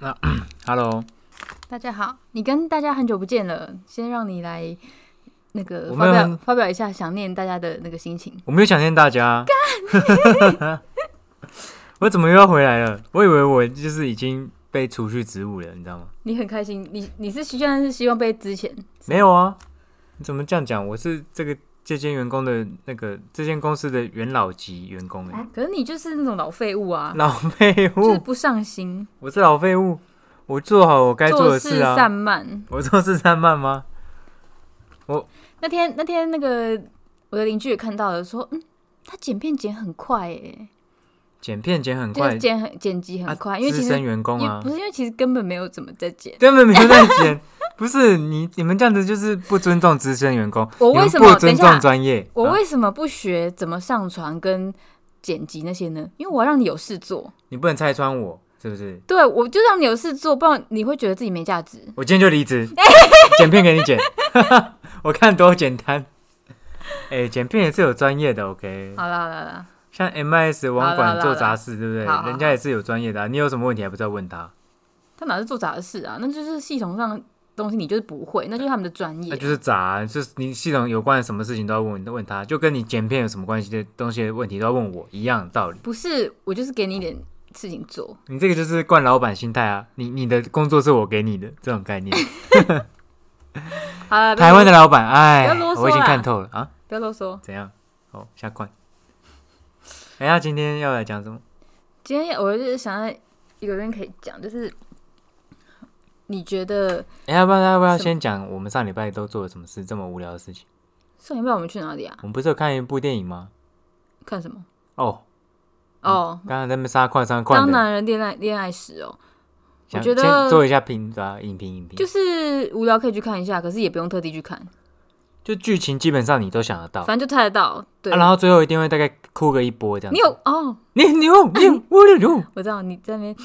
那 Hello，大家好，你跟大家很久不见了，先让你来那个我发没有表很发表一下想念大家的那个心情。我没有想念大家。 我怎么又要回来了？我以为我就是已经被除去职务了，你知道吗？你很开心，你你是希望是希望被之前没有啊，你怎么这样讲？我是这个这间员工的那个这间公司的元老级员工哎、可是你就是那种老废物啊，老废就是物，不上心，我是老废物，我做好我该做的事事啊散。漫。我做事散漫吗？那天那天那个我的邻居也看到了，说嗯，他剪片剪很快诶、剪片剪很就是快，剪很剪辑很快，啊因为其资实深员工也啊不，是因为其实根本没有怎么在剪。根本没有在剪。不是你你们这样子就是不尊重资深员工，我你们为什么不尊等一重下专业？我啊为什么不学怎么上传跟剪辑那些呢？因为我要让你有事做。你不能拆穿我，是不是？对，我就让你有事做，不然你会觉得自己没价值。我今天就离职， 剪片给你剪， 我看多简单。 哎、剪片也是有专业的，OK？好啦好啦好啦，像 MS 网好啦好管啦做杂事，对不对？好好好人家也是有专业的、啊，你有什么问题还不知道问他？他哪是做杂事啊？那就是系统上的东西，你就是不会，那就是他们的专业那。就是杂啊、就是你系统有关的什么事情都要问问他，就跟你剪片有什么关系的东西的问题都要问我一样的道理。不是，我就是给你一点事情做。你这个就是惯老板心态啊！你你的工作是我给你的这种 概念。好了，台湾的老板，不哎要啰，嗦我已经啦看透了啊！不要啰嗦。怎样？哦，下关。哎、呀，今天要来讲什么？今天我就是想要一个人可以讲，就是你觉得哎、要不要要不要什么先讲我们上礼拜都做了什么事？这么无聊的事情，上礼拜我们去哪里啊？我们不是有看一部电影吗？看什么？哦，哦，刚刚在那边杀快杀快当的，男人恋爱恋爱史哦，想我觉得先做一下评啊，影评影评，就就是无聊可以去看一下，可是也不用特地去看，就剧情基本上你都想得到，啊、反正就猜得到。对，然后最后一定会大概哭个一波这样子。你有哦，你你有你有我有有我知道你在那边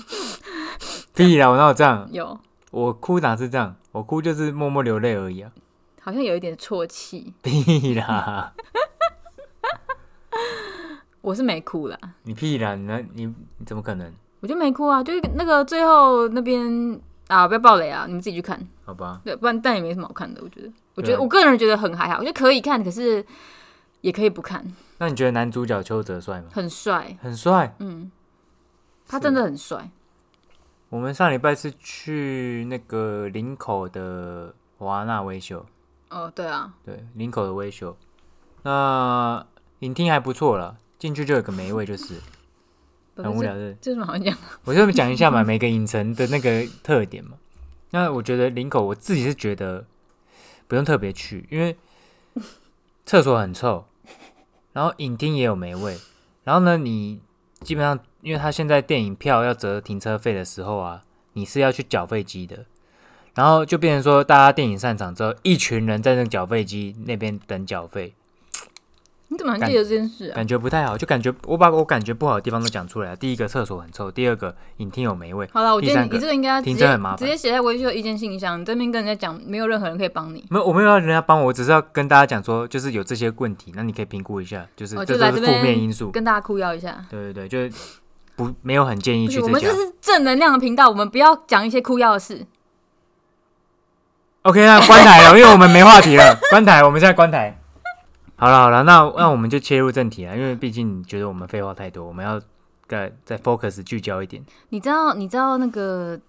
屁啦！我哪有这样？有，哦我哭哪是这样？我哭就是默默流泪而已啊！ 好像有一点啜泣，屁啦！我是没哭啦，你屁啦！你那你你怎么可能？我就没哭啊，就是那个最后那边啊，不要暴雷啊，你们自己去看，好吧，对，不然但也没什么好看的，我觉得，我觉对得啊我个人觉得很还好，我觉得可以看，可是也可以不看，那你觉得男主角邱泽帅吗？很帅，很帅，嗯，他真的很帅，我们上礼拜是去那个林口的华纳维修，哦，对啊，对，林口的维修，那影厅还不错了，进去就有个霉味，就是不是很无聊的。这，这有什么好讲？我就讲一下嘛，每 个影城的那个特点嘛。那我觉得林口，我自己是觉得不用特别去，因为厕所很臭， 然后影厅也有霉味，然后呢，你基本上因为他现在电影票要折停车费的时候啊，你是要去缴费机的，然后就变成说大家电影散场之后，一群人在那个缴费机那边等缴费，你怎么还感记 得这件事啊？感觉不太好，就感觉我把我感觉不好的地方都讲出来了。第一个厕所很臭，第二个影厅有霉味，好了，我第觉得三你个你这个应该直停接车很麻烦直接写在微信的意见信箱，你这边跟人家讲，没有任何人可以帮你。没有，我没有要人家帮我，我只是要跟大家讲说，就是有这些问题，那你可以评估一下，就是哦这就都来是这负边面因素。跟大家哭腰一下。对对对，就是不没有很建议不去是，我这们家这。是正能量的频道，我们不要讲一些哭腰的事。 OK，那关台了，因为我们没话题了，关台，我们现在关台。好了好了，那那我们就切入正题了，因为毕竟你觉得我们废话太多，我们要再再 focus 聚焦一点。你知道，你知道那个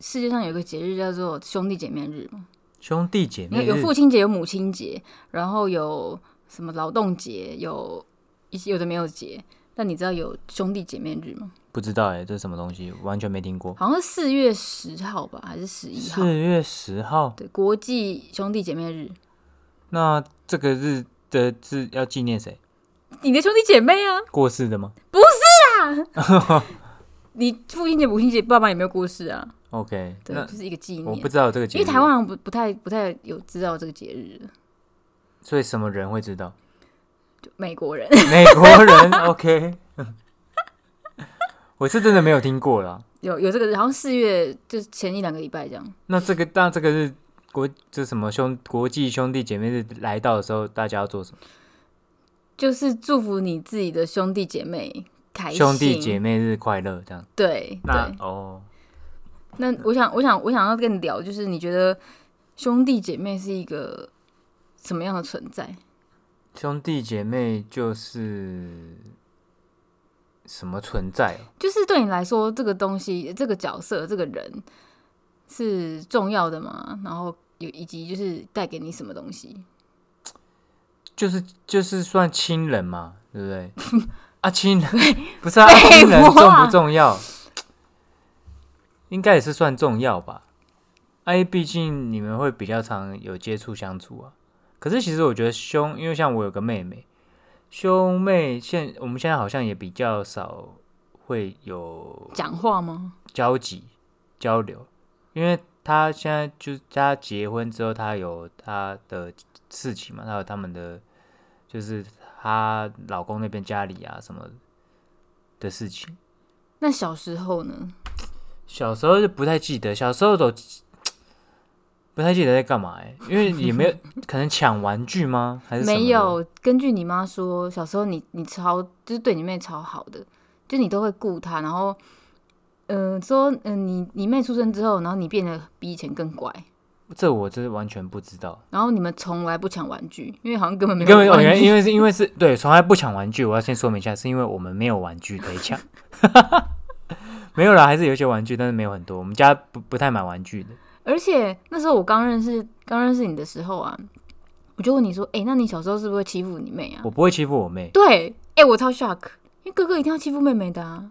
世界上有一个节日叫做兄弟姐妹日吗？兄弟姐你看妹有日父亲节，有母亲节，然后有什么劳动节，有一些有的没有节。但你知道有兄弟姐妹日吗？不知道哎、这是什么东西，完全没听过。好像是四月十号吧，还是十一号？四月十号，对，国际兄弟姐妹日。那这个日的是要纪念谁？你的兄弟姐妹啊，过世的吗你父亲节、母亲节，爸爸有没有过世啊？ ？OK，对，那就是一个纪念。我不知道这个节因日。为台湾人不不太不太有知道这个节日，所以什么人会知道？ 就美国人 美国人 ，OK。我是真的没有听过啦。有有这个日，好像四月就是前一两个礼拜这样。那这个，那这个是国这什么兄国际兄弟姐妹日来到的时候，大家要做什么？就是祝福你自己的兄弟姐妹开心，兄弟姐妹日快乐，这样。对那对，哦，那我想，我想，我想要跟你聊，就是你觉得兄弟姐妹是一个什么样的存在？兄弟姐妹就是什么存在哦、就是对你来说，这个东西、这个角色、这个人是重要的吗？然后有以及就是带给你什么东西？就是就是算亲人嘛，对不对？啊，亲人 不是啊，啊亲人重不重要？应该也是算重要吧。哎、啊，毕竟你们会比较常有接触相处啊。可是其实我觉得兄，因为像我有个妹妹，兄妹现我们现在好像也比较少会有讲话吗？交集交流，因为她现在就是她结婚之后，她有她的事情嘛，她有他们的，就是她老公那边家里啊什么的事情。那小时候呢？小时候就不太记得，小时候都不太记得在干嘛哎、因为也没有可能抢玩具吗？还是什么的没？有。根据你妈说，小时候你你超就是对你妹超好的，就你都会顾她，然后，嗯、说嗯、呃你你妹出生之后，然后你变得比以前更乖，这我真是完全不知道。然后你们从来不抢玩具，因为好像根本没根有本哦玩原因具。为是因为是对，从来不抢玩具。我要先说明一下，是因为我们没有玩具可以抢。 没有啦，还是有一些玩具，但是没有很多。我们家不不太买玩具的。而且那时候我刚认识刚认识你的时候啊，我就问你说，哎、那你小时候是不是会欺负你妹啊我？不会欺负我妹，对，哎、我超 shock，因为哥哥一定要欺负妹妹的啊，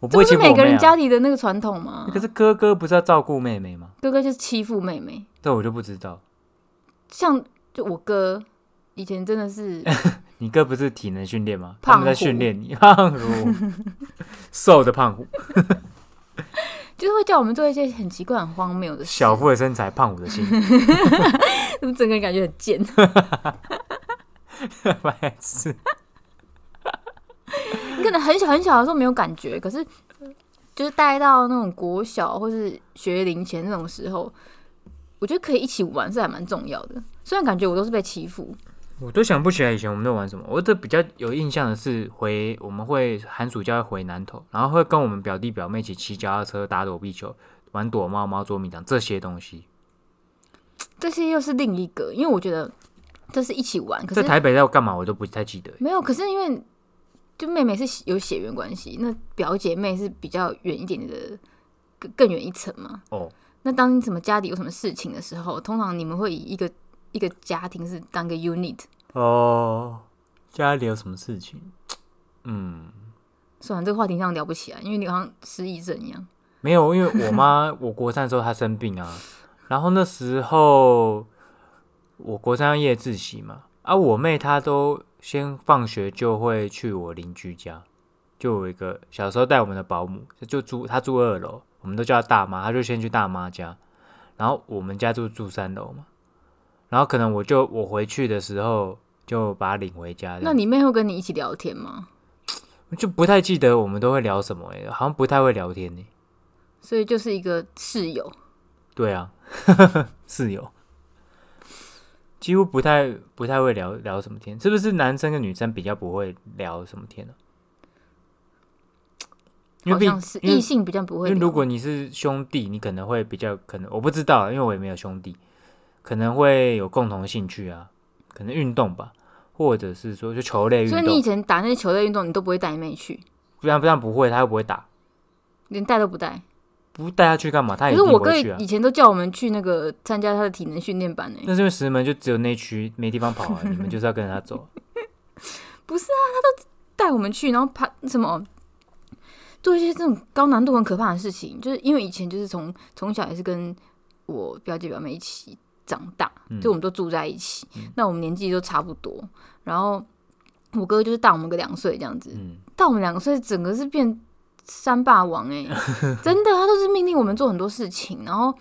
我不会这不欺是负我每个妹、人啊家。里的那个传统吗？可是哥哥不是要照顾妹妹吗？哥哥就是欺负妹妹，这我就不知道。像就我哥以前真的是你哥不是体能训练吗？胖他虎们在训练你，胖虎， 瘦的胖虎，就是会叫我们做一些很奇怪、很荒谬的事， 小腹的身材，胖虎的心，怎么整个人感觉很贱？ 白痴。你可能很小很小的时候没有感觉，可是就是待到那种国小或是学龄前那种时候，我觉得可以一起玩是还蛮重要的。虽然感觉我都是被欺负，我都想不起来以前我们在玩什么。我这比较有印象的是回我们会寒暑假会回南投，然后会跟我们表弟表妹一起骑脚踏车、打躲避球、玩躲猫猫、捉迷藏这些东西。这些又是另一个，因为我觉得这是一起玩，可在是台北要干嘛我都不太记得。没有，可是因为就妹妹是有血缘关系，那表姐妹是比较远一点点的，更更远一层嘛。哦，那当你什么家里有什么事情的时候，通常你们会以一个一个家庭是当个 unit。哦，家里有什么事情？嗯，算了，这个话题上聊不起来，因为你好像失忆症一样。没有，因为我妈我国三的时候她生病啊，然后那时候我国三要夜自习嘛，啊，我妹她都先放学就会去我邻居家，就有一个小时候带我们的保姆，就住她住二楼，我们都叫她大妈，她就先去大妈家，然后我们家就住三楼嘛，然后可能我就我回去的时候就把她领回家这样，那你妹会跟你一起聊天吗？就不太记得我们都会聊什么、欸，好像不太会聊天呢、欸所以就是一个室友，对啊， 室友几乎不太不太会聊聊什么天，是不是男生跟女生比较不会聊什么天呢、因为好毕像是因为异性比较不会因聊。为如果你是兄弟，你可能会比较可能我不知道啊，因为我也没有兄弟，可能会有共同兴趣啊，可能运动吧，或者是说就球类运所以你动，以前打那些球类运动，你都不会带你妹去，不然不然不会，他又不会打，连带都不带。不带他去干嘛？他可也是不我哥会去啊以。前都叫我们去那个参加他的体能训练班呢、那是因为石门就只有那区没地方跑 啊，你们就是要跟着他走啊、带我们去，然后爬什么，做一些这种高难度很可怕的事情。就是因为以前就是从从小也是跟我表姐表妹一起长大，嗯 就我们都住在一起，那我们年纪都差不多。然后我哥就是大我们个两岁这样子，嗯，大我们两个岁，整个是变三霸王 哎、真的，他都是命令我们做很多事情，然后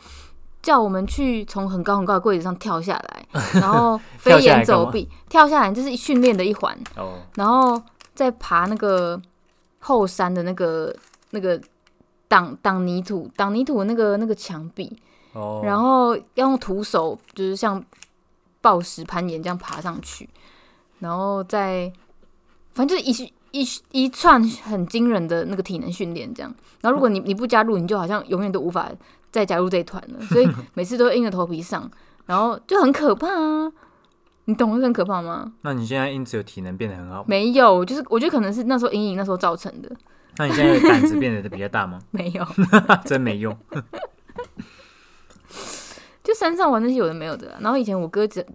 叫我们去从很高很高的柜子上跳下来，然后 飞跳下檐来干嘛走壁，跳下来这是训练的一环。哦，然后再爬那个后山的那个那个挡挡泥土挡泥土的那个那个墙壁，哦，然后要用徒手，就是像暴石攀岩这样爬上去，然后再反正就是一系一一串很惊人的那个体能训练，这样。然后如果你你不加入，你就好像永远都无法再加入这一团了，所以每次都硬着头皮上，然后就很可怕啊！你懂这很可怕吗？那你现在因此有体能变得很好吗，没有，就是我觉得可能是那时候阴影那时候造成的，那你现在有胆子变得比较大吗？ 啊没有。真没用。就山上玩那些有的没有的啊、然后以前我哥只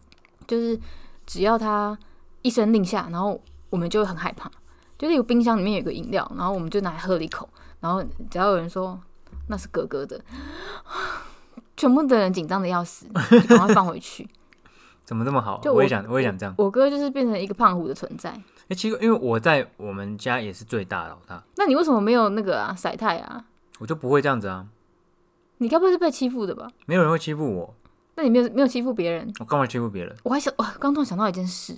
就是只要他一声令下，然后我们就会很害怕。就是有冰箱里面有个饮料，然后我们就拿来喝了一口，然后只要有人说那是哥哥的，全部的人紧张的要死，就赶快放回去。怎么这么好？啊就我我也想，我也想这样。我哥就是变成一个胖虎的存在。哎、其实因为我在我们家也是最大的老大，那你为什么没有那个啊晒太啊？我就不会这样子啊，你该不会是被欺负的吧？没有人会欺负我，那你没有没有欺负别人？我干嘛欺负别人？我还想，哇，刚突然想到一件事，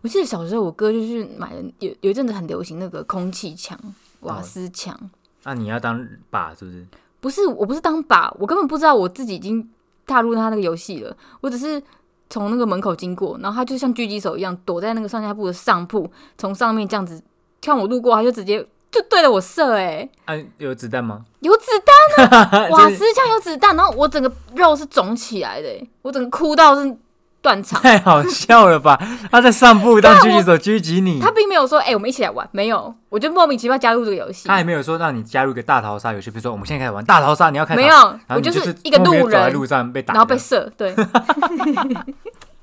我记得小时候我哥就是买了有有一阵子很流行那个空气枪、瓦斯枪，那、啊你要当爸是不是？不是，我不是当靶，我根本不知道我自己已经踏入他那个游戏了，我只是。从那个门口经过，然后他就像狙击手一样躲在那个上下铺的上铺，从上面这样子看我路过，他就直接就对着我射、欸，啊，有子弹吗？ 啊有子弹，瓦就是斯枪有子弹，然后我整个肉是肿起来的、欸，我整个哭到是断肠。太好笑了吧！他在上铺当狙击手狙击你，他并没有说，哎、我们一起来玩，没有，我就莫名其妙加入这个游戏他，也没有说让你加入一个大逃杀游戏，比如说我们现在开始玩大逃杀，你要开始没打，有，然后我你就是一个莫名路地走在人，路上被打，然后被射， 对，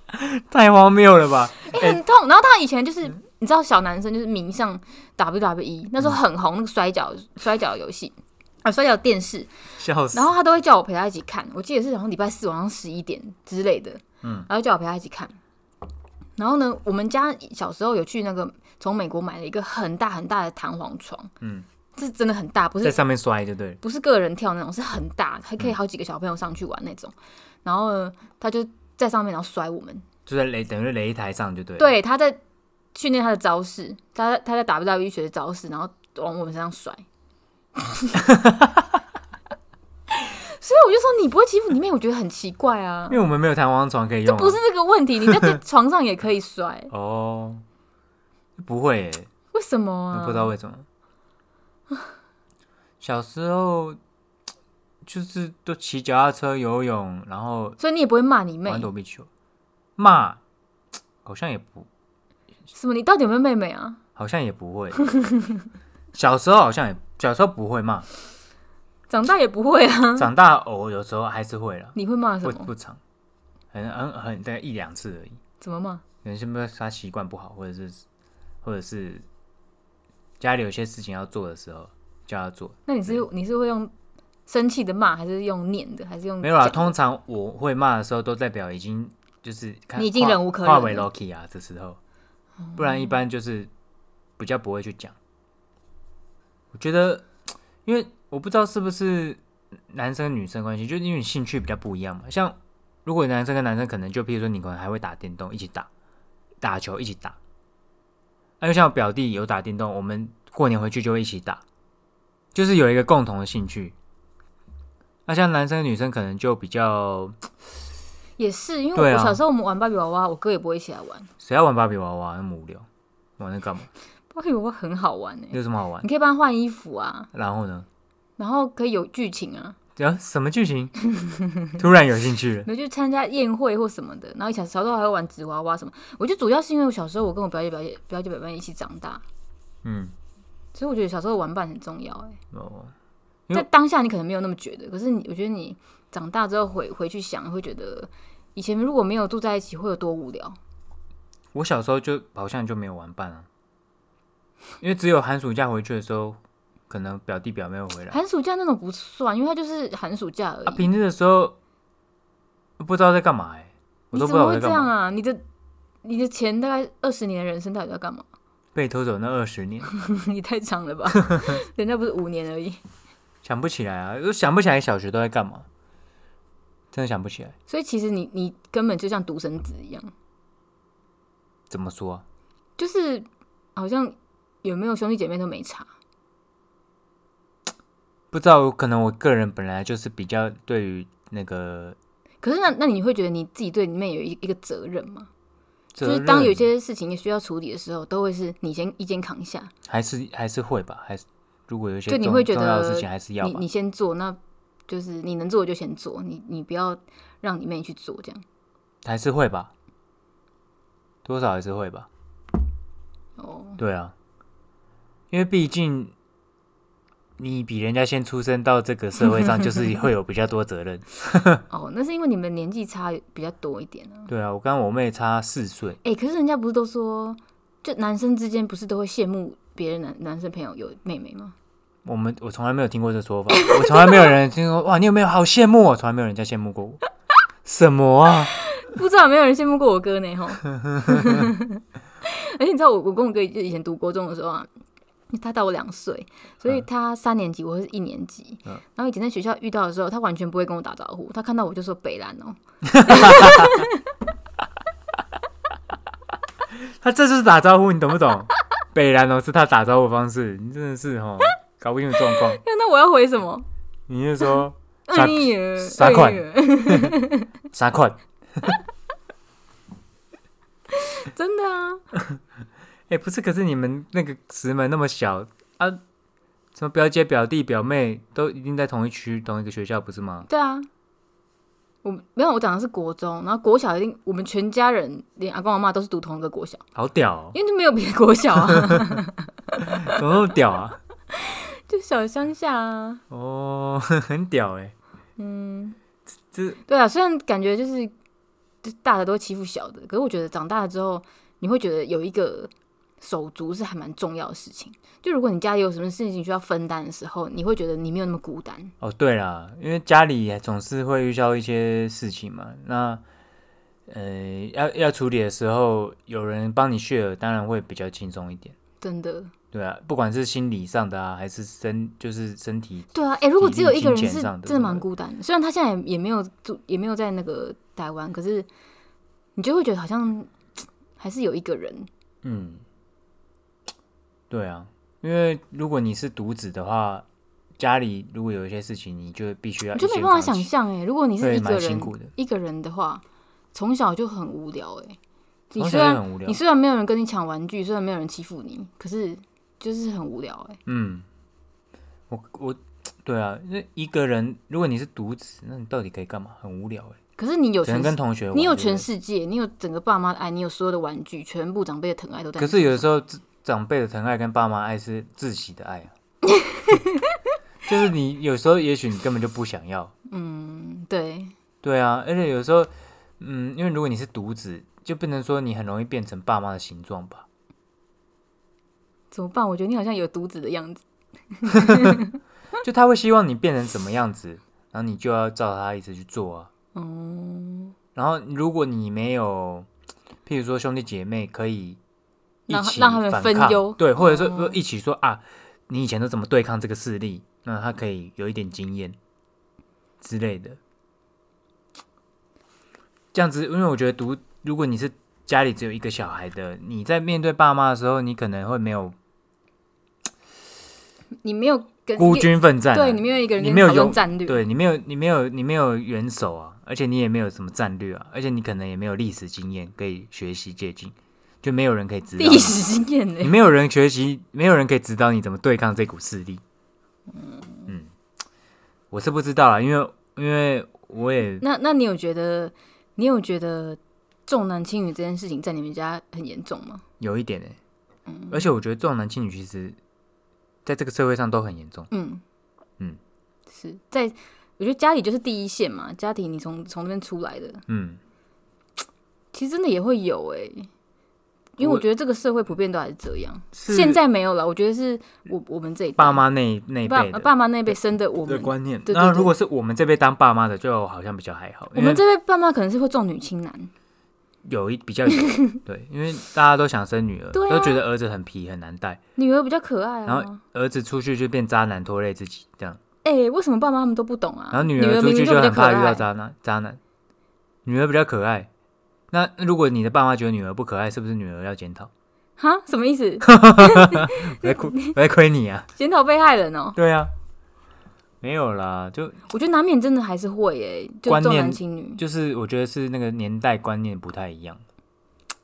哎、太荒谬了吧？很痛。然后他以前就是，嗯你知道，小男生就是迷上 WWE，那时候很红那个摔跤摔跤游戏。嗯啊，摔跤电视，笑死然！后他都会叫我陪他一起看。我记得是好像礼拜四晚上十一点之类的，嗯，然后叫我陪他一起看。然后呢，我们家小时候有去那个从美国买了一个很大很大的弹簧床，嗯，这真的很大，不是在上面摔就对了，不是个人跳那种，是很大，还嗯可以好几个小朋友上去玩那种。然后呢，他就在上面，然后甩我们。就在擂等于擂台上就对了。对，他在训练他的招式，他在他在 WWE 学的招式，然后往我们身上甩。所以我就说你不会欺负你妹，我觉得很奇怪啊因。为我们没有弹簧床可以用、啊，不是这个问题，你在这床上也可以摔，哦，不会耶、为什么啊？不知道为什么。小时候就是都骑脚踏车、游泳，然后所以你也不会骂你妹玩，躲避球，骂好像也不什么？你到底有没有妹妹啊？好像也不 会。小时候好像也小时候不会骂，长大也不会啊？长大偶尔有时候还是会了，你会骂什不么？不长，很很很大概一两次而已。怎么骂？可能是不是他习惯不好，或者是或者是家里有些事情要做的时候叫他做，那你是你是会用生气的骂，还是用念的，还是用没有啊啦，讲通常我会骂的时候，都代表已经就是看你已经跨忍无可跨忍为了 Loki 啊，这时候，不然一般就是比较不会去讲。我觉得，因为我不知道是不是男生女生关系，就因为你兴趣比较不一样嘛。像如果男生跟男生，可能就譬如说你可能还会打电动，一起打打球，一起打。那、就像我表弟有打电动，我们过年回去就会一起打，就是有一个共同的兴趣。那像男生女生可能就比较，也是，因对为啊我小时候我们玩芭比娃娃，我哥也不会一起来玩。谁要玩芭比娃娃那么无聊，玩那干嘛？芭比娃娃很好玩哎、有什么好玩？你可以帮他换衣服啊，然后呢？然后可以有剧情啊，啊，什么剧情？ 突然有兴趣了。没有去参加宴会或什么的。然后小小时候还会玩纸娃娃什么。我觉得主要是因为我小时候我跟我表姐、表姐、表姐、表妹一起长大，嗯，所以我觉得小时候玩伴很重要哎、哦，因为在当下你可能没有那么觉得，可是你我觉得你长大之后回回去想，会觉得以前如果没有住在一起会有多无聊。我小时候就好像就没有玩伴啊，因为只有寒暑假回去的时候，可能表弟表妹会回来。寒暑假那种不算，因为它就是寒暑假而已。啊，平日的时候不知道在干嘛哎、我你都怎不知道么我在会这干样嘛。啊？你的你的前大概二十年的人生到底在干嘛？ 被偷走那二十年，你太长了 吧？人家不是五年而已，想不起来啊，都想不起来小学都在干嘛，真的想不起来。所以其实你你根本就像独生子一样，怎么说啊、就是好像有没有兄弟姐妹都没差。不知道，可能我个人本来就是比较对于那个可是那那你会觉得你自己对你妹有一一个责任吗？责就是任当有些事情也需要处理的时候，都会是你先一肩扛下，还是还是会吧，还是如果有一些就你重会觉重要的得事情还是要你吧你，先做，那就是你能做就先做，你你不要让你妹去做这样。还是会吧，多少还是会吧。哦，对啊，因为毕竟你比人家先出生到这个社会上， 就是会有比较多责任。哦，那是因为你们年纪差比较多一点啊。对啊，我跟我妹差四岁，哎、可是人家不是都说，就男生之间不是都会羡慕别人男男生朋友有妹妹 吗？我们我从来没有听过这 说法，我从来没有人听说哇，你有没有好羡慕我？从来没有人家羡慕过我。 什么啊？不知道有没有人羡慕过我哥呢？吼， 而且你知道我，我跟我哥就以前读国中的时候啊，他大我两岁，所以他三年级，我是一年级。嗯然后以前在学校遇到的时候，他完全不会跟我打招呼，他看到我就说北兰哦、 他这就是打招呼，你懂不懂？ 北兰哦，是他打招呼的方式，你真的是哦，搞不清楚状况。那那我要回什么？你是说傻哎呀，傻款哎呀啥款？真的啊，哎、不是，可是你们那个石门那么小啊，什么表姐、表弟、表妹都一定在同一区、同一个学校，不是吗？对啊。我没有，我讲的是国中，然后国小一定，我们全家人连阿公阿妈都是读同一个国小，好屌、哦，因为就没有别的国小啊，怎么那么屌啊？就小乡下啊。哦， 很屌哎、嗯，这对啊，虽然感觉就是就大的都欺负小的，可是我觉得长大了之后，你会觉得有一个手足是还蛮重要的事情。就如果你家里有什么事情需要分担的时候，你会觉得你没有那么孤单。哦，对啦，因为家里总是会遇到一些事情嘛，那呃，要要处理的时候，有人帮你 share，当然会比较轻松一点。真的，对啊，不管是心理上的啊，还是身就是身体，对啊，哎、如果只有一个人金钱是上真的的蛮孤单的，虽然他现在也也没有住，也没有在那个台湾，可是你就会觉得好像还是有一个人，嗯，对啊，因为如果你是独子的话，家里如果有一些事情，你就必须要你就一没肩办法扛想起，象哎、如果你是对，一个蛮辛人，苦的。一个人的话，从小就很无聊哎、你从虽小就然很无聊你，虽然没有人跟你抢玩具，虽然没有人欺负你，可是就是很无聊哎、嗯，我我对啊，那一个人如果你是独子，那你到底可以干嘛？很无聊哎、可是你有只全能跟同学玩。你有对不对全世界，你有整个爸妈的爱，你有所有的玩具，全部长辈的疼爱都在你可身上。是有的时候，自长辈的疼爱跟爸妈爱是自己的爱啊， 就是你有时候也许你根本就不想要，嗯，对，对啊，而且有时候，嗯，因为如果你是独子，就不能说你很容易变成爸妈的形状吧？怎么办？我觉得你好像有独子的样子。就他会希望你变成什么样子，然后你就要照他意思去做啊。嗯，然后如果你没有，譬如说兄弟姐妹可以一让起让他们反分抗忧对，或者说哦一起说啊，你以前都怎么对抗这个势力，那他可以有一点经验之类的。这样子，因为我觉得独，如果你是家里只有一个小孩的，你在面对爸妈的时候，你可能会没有你没有跟孤呃你军奋战啊、对你没有一个人你跟没有讨论勇战略，对你没有，你没有，你没有元首啊，而且你也没有什么战略啊，而且你可能也没有历史经验可以学习借鉴，就没有人可以指导你 历，史经验呢、你没有人学习，没有人可以指导你怎么对抗这股势力。嗯，我是不知道啦，因为因为我也那那你有觉得你有觉得重男轻女这件事情在你们家很严重吗？有一点哎、而且我觉得重男轻女其实在这个社会上都很严重。嗯，嗯嗯，是在我觉得家里就是第一线嘛，家庭你从从那边出来的，嗯，其实真的也会有哎、因为我我觉得这个社会普遍都还是这样。是现在没有了，我觉得是我我们这一代爸妈那那一爸辈的爸妈那辈生的我的们，观念，对对那对如果是我们这辈当爸妈的，就好像比较还好，我因为们这辈爸妈可能是会重女轻男，有一比较有 对，因为大家都想生女儿，对啊都觉得儿子很皮很难带，女儿比较可爱然后啊。儿子出去就变渣男拖累自己这样，哎、为什么爸妈他们都不懂啊？然后女儿儿出明去明比较很可怕遇到爱，渣男渣男，女儿比较可爱。那如果你的爸妈觉得女儿不可爱，是不是女儿要检 讨？哈，什么 意思？我在亏我在亏你啊！检讨被害人哦、对啊，没有啦，就我觉得难免真的还是会哎、就观重念男轻女。就是我觉得是那个年代观念不太一样。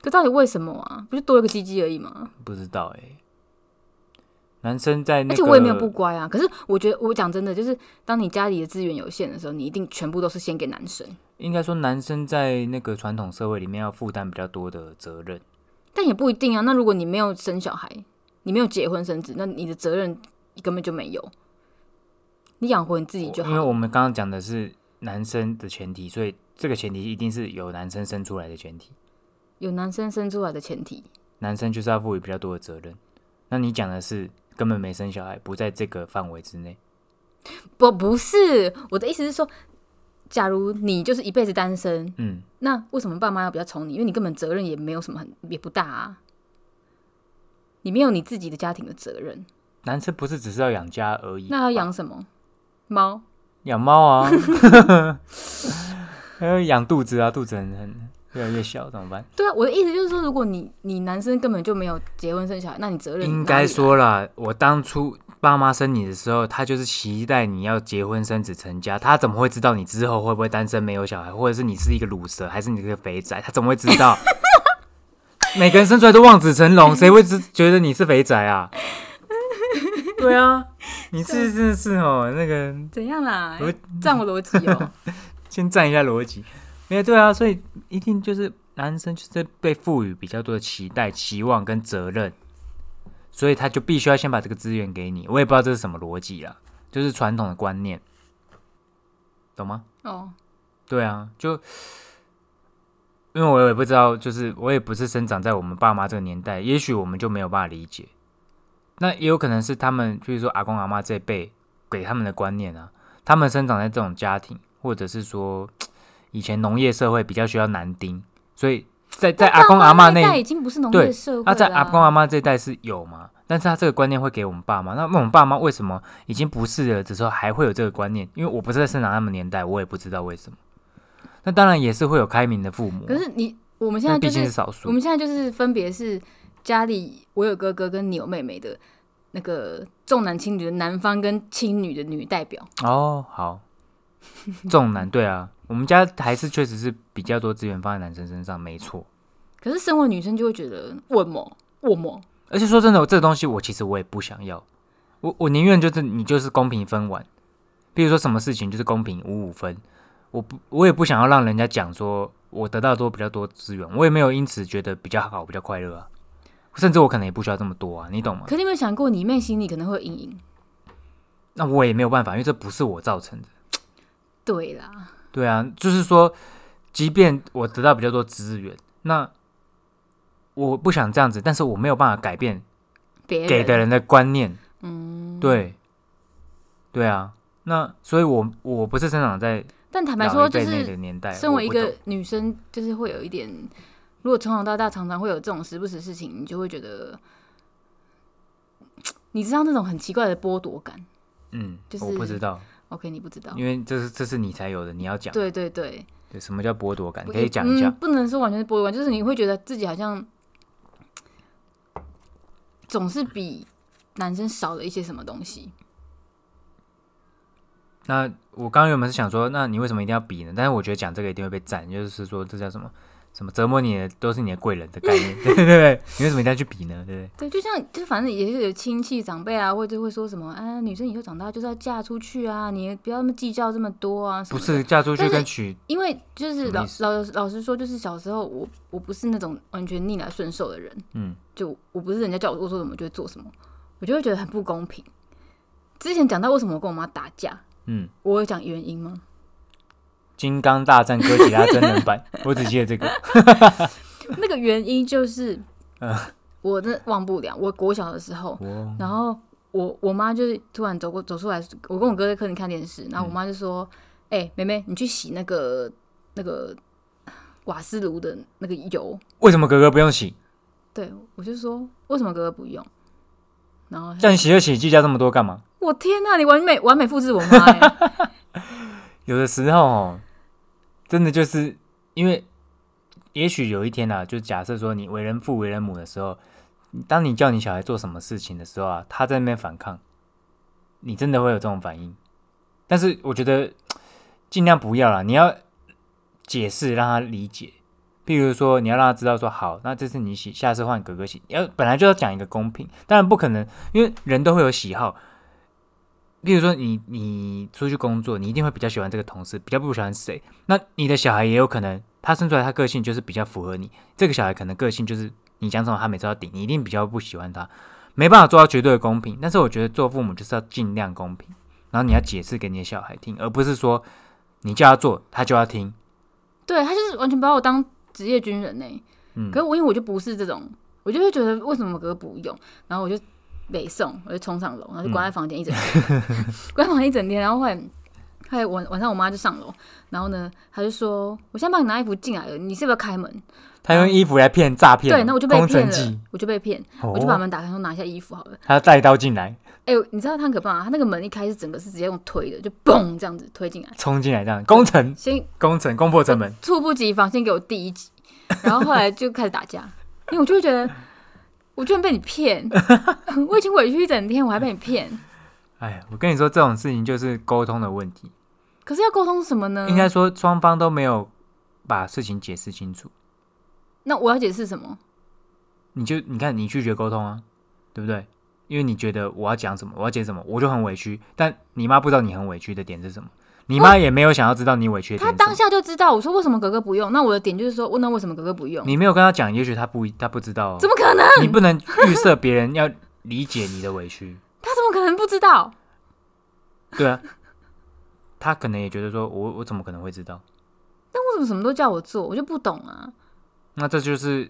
可到底为什么啊？不是多了个鸡鸡而已吗？不知道哎、男生在那个，而且我也没有不乖啊。可是我觉得，我讲真的，就是当你家里的资源有限的时候，你一定全部都是先给男生，应该说男生在那个传统社会里面要负担比较多的责任。但也不一定啊。那如果你没有生小孩，你没有结婚生子，那你的责任根本就没有，你养活你自己就因为好。我们刚刚讲的是男生的前提，所以这个前提一定是由男生生出来的前提，有男生生出来的前提，男生就是要赋予比较多的责任。那你讲的是根本没生小孩，不在这个范围之内。不不是我的意思是说，假如你就是一辈子单身，嗯，那为什么爸妈要比较宠你？因为你根本责任也没有什么很也不大啊，你没有你自己的家庭的责任，男生不是只是要养家而已，那要养什么？猫？养猫啊， 还有养肚子啊，肚子很很越来越小，怎么办？对啊，我的意思就是说，如果你你男生根本就没有结婚生小孩，那你责任应哪里该来说啦，我当初爸妈生你的时候，他就是期待你要结婚生子成家，他怎么会知道你之后会不会单身没有小孩，或者是你是一个乳蛇，还是你是个肥宅？他怎么会知 道？每个人生出来都望子成龙，谁会知觉得你是肥宅 啊？对啊，你是真的是哦，那个怎样啦我？占我逻辑 哦。先站一下逻辑，没有对啊，所以一定就是男生就是被赋予比较多的期待、期望跟责任，所以他就必须要先把这个资源给你。我也不知道这是什么逻辑啦，就是传统的观念，懂吗？哦，对啊，就因为我也不知道，就是我也不是生长在我们爸妈这个年代，也许我们就没有办法理解。那也有可能是他们，比如说阿公阿妈这一辈给他们的观念啊，他们生长在这种家庭，或者是说以前农业社会比较需要男丁，所以在在阿公阿妈妈那代一已经不是农对业社会啊，在阿啦公阿妈这一代是有嘛，但是他这个观念会给我们爸妈，那我们爸妈为什么已经不是了的时候还会有这个观念？因为我不是在生长他们年代，我也不知道为什么。那当然也是会有开明的父母，可是你我们现在但就毕竟是是少我数。们现在就是分别是家里我有哥哥跟你有妹妹的那个重男轻女的男方跟轻女的女代表。哦，好，重男对啊，我们家还是确实是比较多资源放在男生身上，没错。可是身为女生就会觉得问么问么，而且说真的，我这个东西我其实我也不想要，我我宁愿就是你就是公平分完，比如说什么事情就是公平五五分，我不我也不想要让人家讲说我得到多比较多资源，我也没有因此觉得比较好比较快乐啊，甚至我可能也不需要这么多啊，你懂吗可？是你有没有想过，你妹心里可能会有阴影？那我也没有办法，因为这不是我造成的。对啦，对啊，就是说，即便我得到比较多资源，那我不想这样子，但是我没有办法改变别人给的人的观念。嗯，对，对啊，那所以我我不是生长在但坦白老说，一就辈那个是年代，身我为一不个懂女生，就是会有一点，如果从小到大常常会有这种时不时事情，你就会觉得，你知道那种很奇怪的剥夺感。嗯，就是我不知道， OK，你不知道，因为这是这是你才有的，你要讲对对对，对什么叫剥夺感，不可以讲一下嗯，。不能说完全是剥夺感，就是你会觉得自己好像总是比男生少了一些什么东西。那我刚刚原本是想说，那你为什么一定要比呢？但是我觉得讲这个一定会被赞，就是说这叫什么什么折磨你的都是你的贵人的概念， 对对对，你为什么一定要去比呢？对不对？对，就像就反正也是有亲戚长辈啊，或者会说什么啊，女生以后长大就是要嫁出去啊，你也不要那么计较这么多啊。什不么的是嫁出去但是跟娶，因为就什是么老意思老老实说，就是小时候我我不是那种完全逆来顺受的人，嗯，就我不是人家叫我做什么我就会做什么，我就会觉得很不公平。之前讲到为什么我跟我妈打架，嗯，我有讲原因吗？ 《金刚大战哥吉拉》真人版， 我只记得这个。 那个原因就是，我真的忘不了，我国小的时候，我然后我我妈就是突然走过走出来，我跟我哥在客厅看电视，然后我妈就说：“哎、妹妹，你去洗那个那个瓦斯炉的那个油。为什么格格不用洗？对”我就说：“为什么哥哥不用？”然后她叫你洗就洗，计较这么多干嘛？我天呐，你完美完美复制我妈、哎有的时候哦，真的就是因为，也许有一天啊，就假设说你为人父为人母的时候，当你叫你小孩做什么事情的时候啊，他在那边反抗，你真的会有这种反应。但是我觉得尽量不要啦，你要解释让他理解，譬如说，你要让他知道说，好，那这次你洗，下次换哥哥洗。要本来就要讲一个公平，当然不可能，因为人都会有喜好。譬如说你，你出去工作，你一定会比较喜欢这个同事，比较不喜欢谁。那你的小孩也有可能，他生出来他个性就是比较符合你。这个小孩可能个性就是你讲什么他每次都要顶，你一定比较不喜欢他，没办法做到绝对的公平。但是我觉得做父母就是要尽量公平，然后你要解释给你的小孩听，而不是说你叫他做他就要听。对他就是完全把我当职业军人呢、嗯可是我因为我就不是这种，我就会觉得为什么哥哥不用，然后我就北送，我就冲上楼，然后就关嗯在房间一整天， 关在房间一整天，然后后来。后来晚晚上我妈就上楼，然后呢，她就说：“我先帮你拿衣服进来了，你是不是要开门他用衣服来骗诈？”骗，哦对，那我就被工程骗了计，，我就被骗，哦我就把门打开，说拿一下衣服好了。他带刀进来，哎、呦，你知道他很可怕、啊，他那个门一开是整个是直接用推的，就嘣这样子推进来，冲进来这样，工程先工程攻破城门，猝不及防，先给我第一集，然后后来就开始打架，因为我就会觉得我居然被你骗，我已经委屈一整天，我还被你骗，哎，我跟你说这种事情就是沟通的问题，可是要沟通什么呢？应该说双方都没有把事情解释清楚，那我要解释什么？你就你看你拒绝沟通啊，对不对？因为你觉得我要讲什么，我要解释什么，我就很委屈，但你妈不知道你很委屈的点是什么，你妈也没有想要知道你委屈的点他是什当么。下就知道，我说为什么格格不用？那我的点就是说，那为什么格格不用？你没有跟她讲，也许她不她不知道、哦怎，么可能？你不能预设别人要理解你的委屈。他怎么可能不知道？对啊，他可能也觉得说我我怎么可能会知道？那为什么什么都叫我做，我就不懂啊？那这就是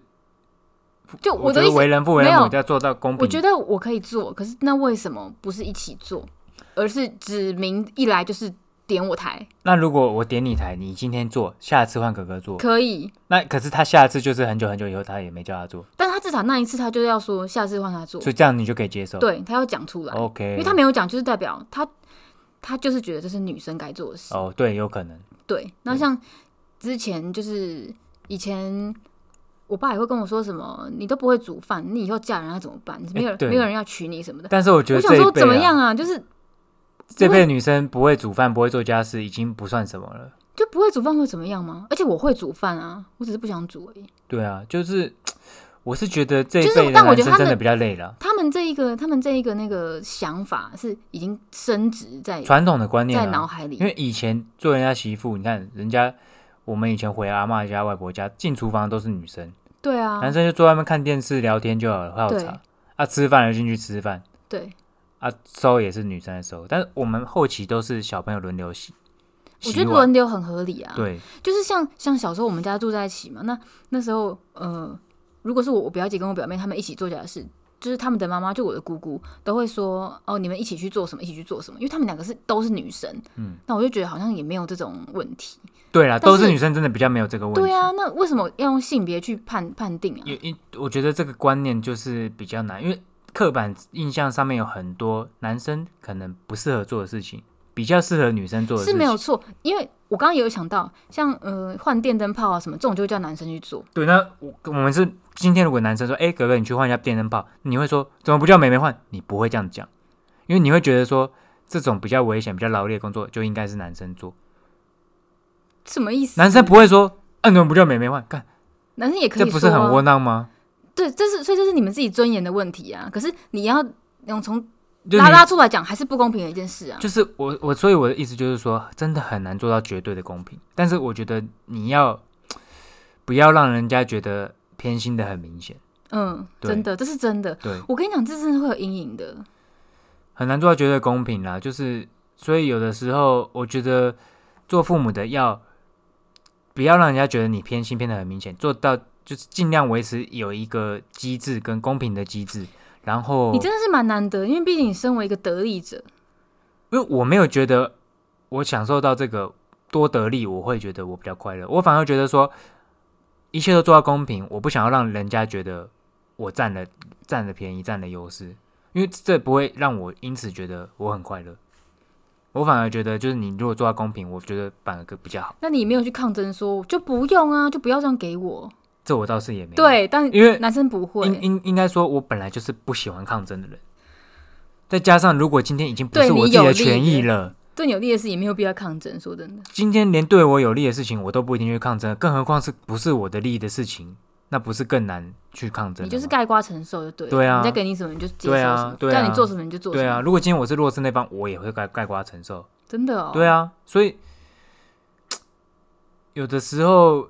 就我觉的意得思为，人父为人没母有一定要做到公平。我觉得我可以做，可是那为什么不是一起做，而是指明一来就是点我台？那如果我点你台，你今天做，下次换哥哥做，可以，那可是他下次就是很久很久以后，他也没叫他做，但他至少那一次，他就要说下次换他做，所以这样你就可以接受。对他要讲出来， ，OK，因为他没有讲，就是代表他他就是觉得这是女生该做的事。哦，对，有可能，对，那像之前就是以前我爸也会跟我说什么，你都不会煮饭，你以后嫁人要怎么办？没有人哎对没有人要娶你什么的。但是我觉我得想这说一辈、怎么样啊，啊，就是这辈的女生不会煮饭，不会做家事，已经不算什么了。就不会煮饭会怎么样吗？而且我会煮饭啊，我只是不想煮而已。对啊，就是我是觉得这一就是辈的但我男觉得生他真的们比较累了，他们这一个，他们这一个那个想法是已经升值在传统的观念、在啊、脑海里因，为以前做人家媳妇，你看人家，我们以前回阿嬷家、外婆家，进厨房都是女生，对啊，男生就坐外面看电视、聊天就好了，泡对茶。啊，吃饭就进去吃饭，对，啊，收也是女生来收，但是我们后期都是小朋友轮流洗，我洗觉得碗轮流很合理啊。，对，就是像像小时候我们家住在一起嘛，那那时候呃，如果是我我表姐跟我表妹她们一起做家事，就是他们的妈妈就我的姑姑都会说哦，你们一起去做什么，一起去做什么，因为他们两个是都是女生，嗯，那我就觉得好像也没有这种问题。对啦，但都是是女生真的比较没有这个问题。对啊，那为什么要用性别去判判定啊有？因我觉得这个观念就是比较难，因为刻板印象上面有很多男生可能不适合做的事情，比较适合女生做的事是情。没有错，因为我刚刚也有想到，像呃换电灯泡啊什么这种就叫男生去做，对，那我我们是今天如果男生说，哎、哥哥你去换一下电灯泡，你会说怎么不叫妹妹换？你不会这样讲，因为你会觉得说这种比较危险、比较劳力的工作就应该是男生做，什么意思？男生不会说，啊，你怎么不叫妹妹换？干，男生也可以这说、啊，不是很窝囊吗？对，这是所以这是你们自己尊严的问题啊。可是你要用从就拉你拉出来讲，还是不公平的一件事啊。就是我我，所以我的意思就是说，真的很难做到绝对的公平。但是我觉得你要不要让人家觉得偏心的很明显，嗯，对真的，这是真的。对，我跟你讲，这真的会有阴影的。很难做到绝对公平啦。就是所以有的时候，我觉得做父母的要不要让人家觉得你偏心偏的很明显，做到就是尽量维持有一个机制跟公平的机制。然后你真的是蛮难得，因为毕竟你身为一个得利者，因为我没有觉得我享受到这个多得利，我会觉得我比较快乐。我反而觉得说，一切都做到公平，我不想要让人家觉得我占了占了便宜，占了优势，因为这不会让我因此觉得我很快乐。我反而觉得，就是你如果做到公平，我觉得反而比较好。那你没有去抗争说，就不用啊，就不要这样给我。这我倒是也没有，对，但因为男生不会。应应应该说，我本来就是不喜欢抗争的人。再加上，如果今天已经不对是你我自己有的利权益的了，对你有利的事也没有必要抗争。说真的，今天连对我有利的事情我都不一定去抗争，更何况是不是我的利的事情，那不是更难去抗争了吗？你就是盖瓜承受就对了。对啊人家给你什么你就接受对啊什么，对啊叫你做什么你就做什么。对啊，如果今天我是弱势那方，我也会盖盖瓜承受。真的哦。对啊，所以有的时候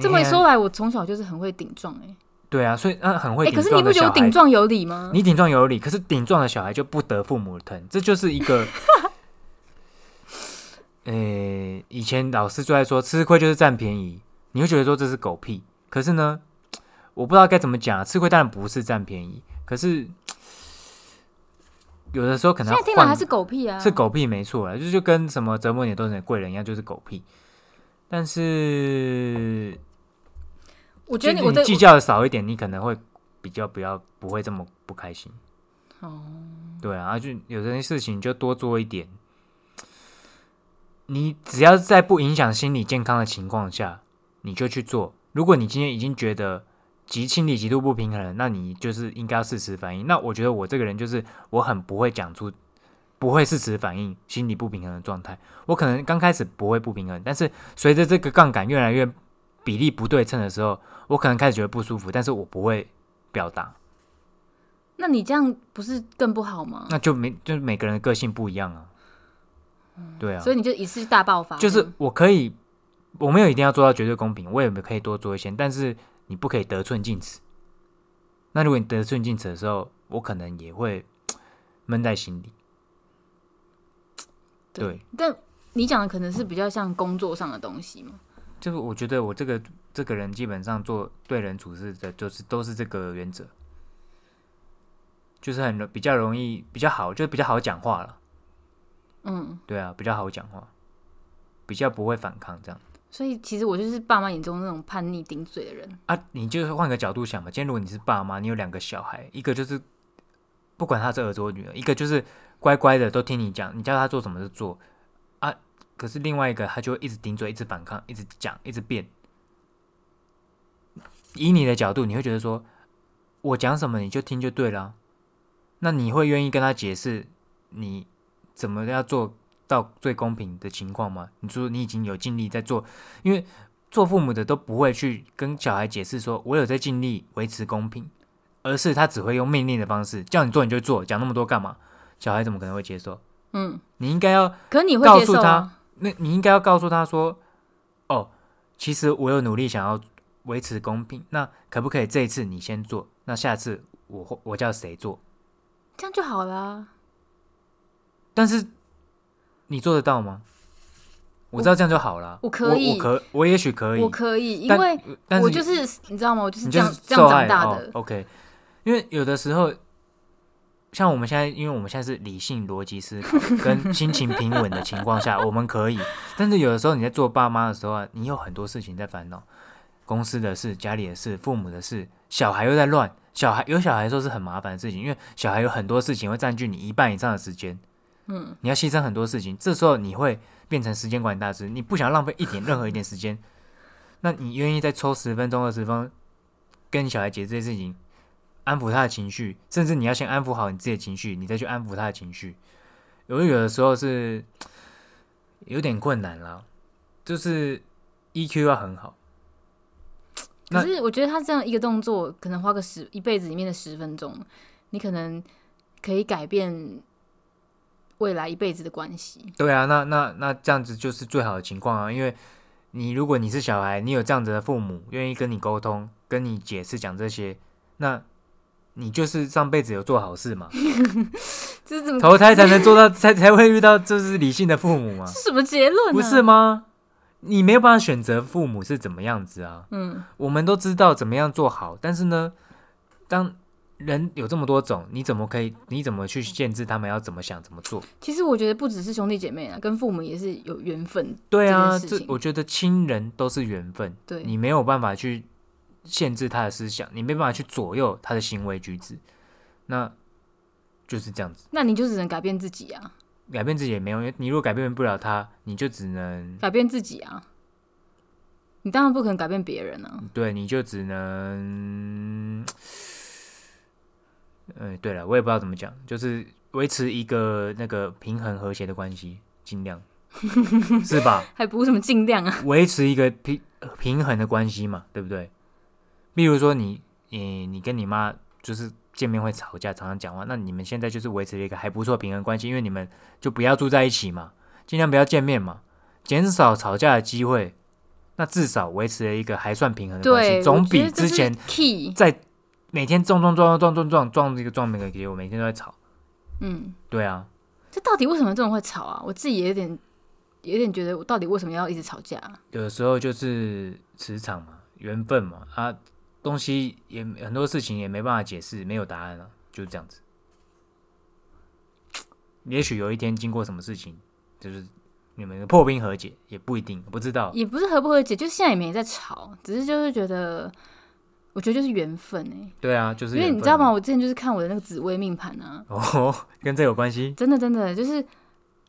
这么一，说你来，我从小就是很会顶撞哎、对啊，所以那很哎、会顶可撞是你不的觉得小我顶孩，撞有理吗？你顶撞有理，可是顶撞的小孩就不得父母疼，这就是一个。呃，以前老师最爱说吃亏就是占便宜，你会觉得说这是狗屁。可是呢，我不知道该怎么讲啊，吃亏当然不是占便宜，可是有的时候可能现要在听来换还是狗屁啊，是狗屁没错啦，就就跟什么折磨你的都是你的贵人一样，就是狗屁。但是我觉就得是你我你对计较的少一点，你可能会比较不要不会这么不开心。哦，对啊，啊就有些事情就多做一点。你只要在不影响心理健康的情况下，你就去做。如果你今天已经觉得极心理极度不平衡了，那你就是应该要适时反应。那我觉得我这个人就是我很不会讲出，不会适时反应心理不平衡的状态。我可能刚开始不会不平衡，但是随着这个杠杆越来越比例不对称的时候，我可能开始觉得不舒服，但是我不会表达，那你这样不是更不好吗？那就每就是每个人的个性不一样啊。对啊，嗯所以你就一次大爆发，嗯就是我可以，我没有一定要做到绝对公平，我也可以多做一些，但是你不可以得寸进尺。那如果你得寸进尺的时候，我可能也会闷在心里。对，但你讲的可能是比较像工作上的东西嘛。就是我觉得我这个这个人基本上做对人处事的，就是都是这个原则，就是很容比较容易比较好，就是比较好讲话了。嗯，对啊，比较好讲话，比较不会反抗这样。所以其实我就是爸妈眼中那种叛逆顶嘴的人。啊，你就是换个角度想嘛。今天如果你是爸妈，你有两个小孩，一个就是不管他是儿子或女儿，一个就是乖乖的都听你讲，你叫他做什么就做啊。可是另外一个他就会一直顶嘴，一直反抗，一直讲，一直变。以你的角度，你会觉得说，我讲什么你就听就对了啊、那你会愿意跟他解释你怎么要做到最公平的情况吗？你说你已经有尽力在做，因为做父母的都不会去跟小孩解释说我有在尽力维持公平，而是他只会用命令的方式叫你做你就做，讲那么多干嘛？小孩怎么可能会接受？嗯，你应该要可是你会告接诉受啊？那你应该要告诉他说：“哦，其实我有努力想要维持公平，那可不可以这一次你先做，那下次我或我叫谁做这样就好啦。？”但是你做得到吗？我知道这样就好了。我可以我可我也许可以，我可以，因但为但是我就是你知道吗？我就是你这就样是这样受长害大哦的。 OK，因为有的时候，像我们现在，因为我们现在是理性逻辑思考跟心情平稳的情况下，我们可以。但是有的时候你在做爸妈的时候啊，你有很多事情在烦恼，公司的事、家里的事、父母的事，小孩又在乱。小孩有小孩的时候是很麻烦的事情，因为小孩有很多事情会占据你一半以上的时间。嗯，你要牺牲很多事情，这时候你会变成时间管理大师，你不想浪费一点任何一点时间，那你愿意再抽十分钟、二十分钟跟小孩解释这些事情，安抚他的情绪，甚至你要先安抚好你自己的情绪，你再去安抚他的情绪。有有的时候是有点困难啦，就是 EQ 要很好。那可是我觉得他这样一个动作，可能花个十一辈子里面的十分钟，你可能可以改变未来一辈子的关系。对啊，那那那这样子就是最好的情况啊，因为你如果你是小孩，你有这样子的父母愿意跟你沟通、跟你解释讲这些，那你就是上辈子有做好事嘛，这是怎么投胎才能做到，才才会遇到就是理性的父母嘛。是什么结论、啊？不是吗？你没有办法选择父母是怎么样子啊。嗯，我们都知道怎么样做好，但是呢，当人有这么多种，你怎么可以？你怎么去限制他们要怎么想、怎么做？其实我觉得不只是兄弟姐妹啊，跟父母也是有缘分。对啊，这件事这情我觉得亲人都是缘分，对，你没有办法去限制他的思想，你没办法去左右他的行为举止，那就是这样子。那你就只能改变自己啊，改变自己也没用，因为你如果改变不了他，你就只能改变自己啊。你当然不可能改变别人啊，对，你就只哎能，嗯，对了，我也不知道怎么讲，就是维持一个那个平衡和谐的关系，尽量是吧？还不是什么尽量啊，维持一个平平衡的关系嘛，对不对？例如说你你你跟你妈就是见面会吵架，常常讲话，那你们现在就是维持了一个还不错的平衡关系，因为你们就不要住在一起嘛，尽量不要见面嘛，减少吵架的机会，那至少维持了一个还算平衡的关对，系，总我觉比得这之是前 key，在每天撞撞撞撞撞撞撞这个撞那个结果，每天都在吵。嗯，对啊，这到底为什么这种会吵啊？我自己也有点有点觉得，我到底为什么要一直吵架啊、有的时候就是磁场嘛，缘分嘛，啊，东西也很多事情也没办法解释，没有答案啊，就是这样子。也许有一天经过什么事情，就是你们破冰和解，也不一定，不知道。也不是合不和解，就是现在也没在吵，只是就是觉得，我觉得就是缘分哎、对啊，就是因为缘你分知道吗？嘛？我之前就是看我的那个紫微命盘啊，哦，跟这有关系？真的真的就是，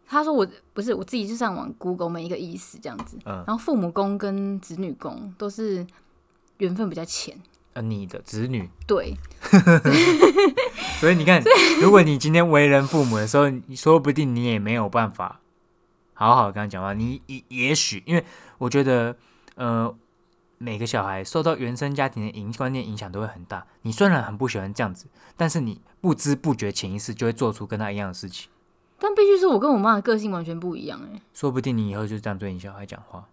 他说我不是我自己去上网 Google 每一个意思这样子，嗯然后父母宫跟子女宫都是缘分比较浅，呃，你的子女，对，所以你看， 如果你今天为人父母的时候，你说不定你也没有办法好好地跟他讲话。你也也许，因为我觉得，呃，每个小孩受到原生家庭的影观念影响都会很大。你虽然很不喜欢这样子，但是你不知不觉、潜意识就会做出跟他一样的事情。但必须说我跟我妈的个性完全不一样哎、说不定你以后就这样对你小孩讲话，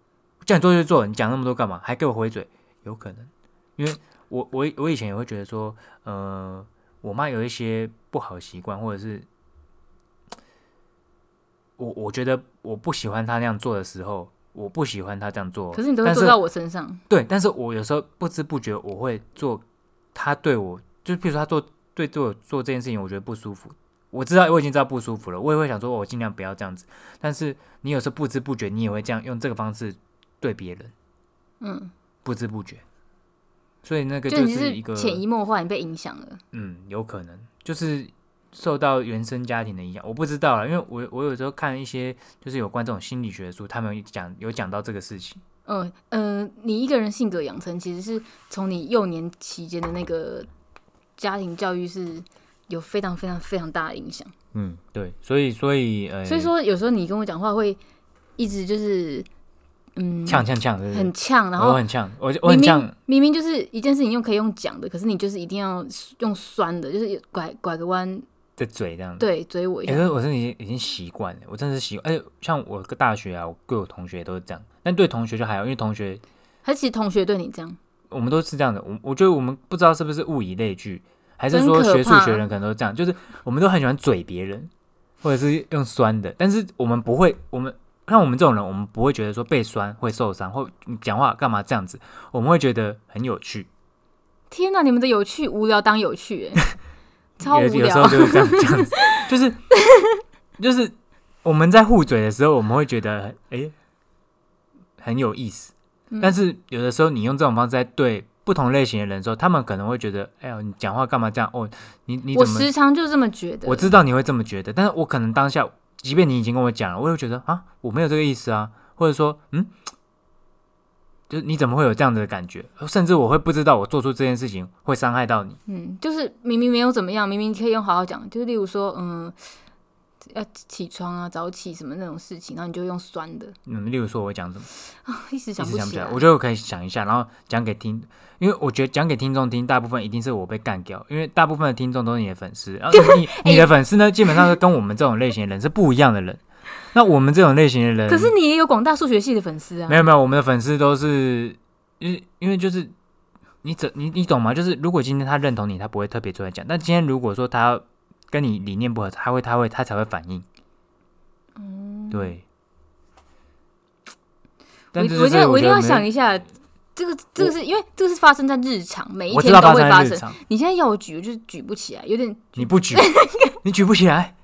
叫你做就做，你讲那么多干嘛？还给我回嘴，有可能，因为我我我以前也会觉得说，呃，我妈有一些不好的习惯，或者是我我觉得我不喜欢她那样做的时候，我不喜欢她这样做，可是你都哦会但是做到我身上，对，但是我有时候不知不觉我会做他对我，就是比如说他做对对我做这件事情，我觉得不舒服。我知道我已经知道不舒服了，我也会想说，我尽量不要这样子。但是你有时候不知不觉，你也会这样用这个方式对别人，嗯，不知不觉。所以那个就你是一个是潜移默化，你被影响了，嗯，有可能就是受到原生家庭的影响，我不知道啦，因为我我有时候看一些就是有关这种心理学的书，他们讲有讲到这个事情。嗯呃，你一个人性格养成其实是从你幼年期间的那个家庭教育是有非常非常非常大的影响。嗯，对，所以所以呃，所以说，有时候你跟我讲话会一直就是嗯呛呛呛，是不是很呛，然我后很呛，我哦就我明很呛明，明明就是一件事情用可以用讲的，可是你就是一定要用酸的，就是拐拐个弯，这嘴这样。对，追我一欸，下。可是我真的已经已经习惯了，我真的是习惯。而且像我大学啊，我对我同学都是这样，但对同学就还好，因为同学还是其实同学对你这样，我们都是这样的。我我觉得我们不知道是不是物以类聚，还是真说可学数怕学人可能都这样，就是我们都很喜欢嘴别人，或者是用酸的，但是我们不会，我们像我们这种人，我们不会觉得说被酸会受伤，或你讲话干嘛这样子，我们会觉得很有趣。天哪，你们的有趣无聊当有 趣、欸，超无有有时候聊。就是这样这样子，就是就是我们在互嘴的时候，我们会觉得哎、诶很有意思，嗯但是有的时候你用这种方式在对不同类型的人的时候，他们可能会觉得哎呦你讲话干嘛这样哦，你你我怎么时常就这么觉得，我知道你会这么觉得，但是我可能当下，即便你已经跟我讲了，我也会觉得啊，我没有这个意思啊，或者说，嗯，就是你怎么会有这样的感觉？甚至我会不知道我做出这件事情会伤害到你。嗯，就是明明没有怎么样，明明可以用好好讲，就是例如说，嗯，要起床啊，早起什么那种事情，然后你就用酸的， 嗯，例如说我会讲什么。一时一想直不想不起起来。来。我觉得我可以想一下，然后讲给听，因为我觉得讲给听众听，大部分一定是我被干掉，因为大部分的听众都是你的粉丝，然 后你哎你的粉丝呢，基本上是跟我们这种类型的人是不一样的 人。那我们这种类型的人，可是你也有广大数学系的粉丝啊没，有没有，我们的粉丝都是，因为因为就是你怎你你懂吗？就是如果今天他认同你，他不会特别出来讲，但今天如果说他跟你理念不合，他会他会他才会反应。嗯，对。我但这我就一是定要我一觉得定要没想一下，这个这个是因为这个是发生在日常，每一我知天道都发会生发在日生。常，你现在要我举，我就是举不起来，有点你不 举，你举不起来，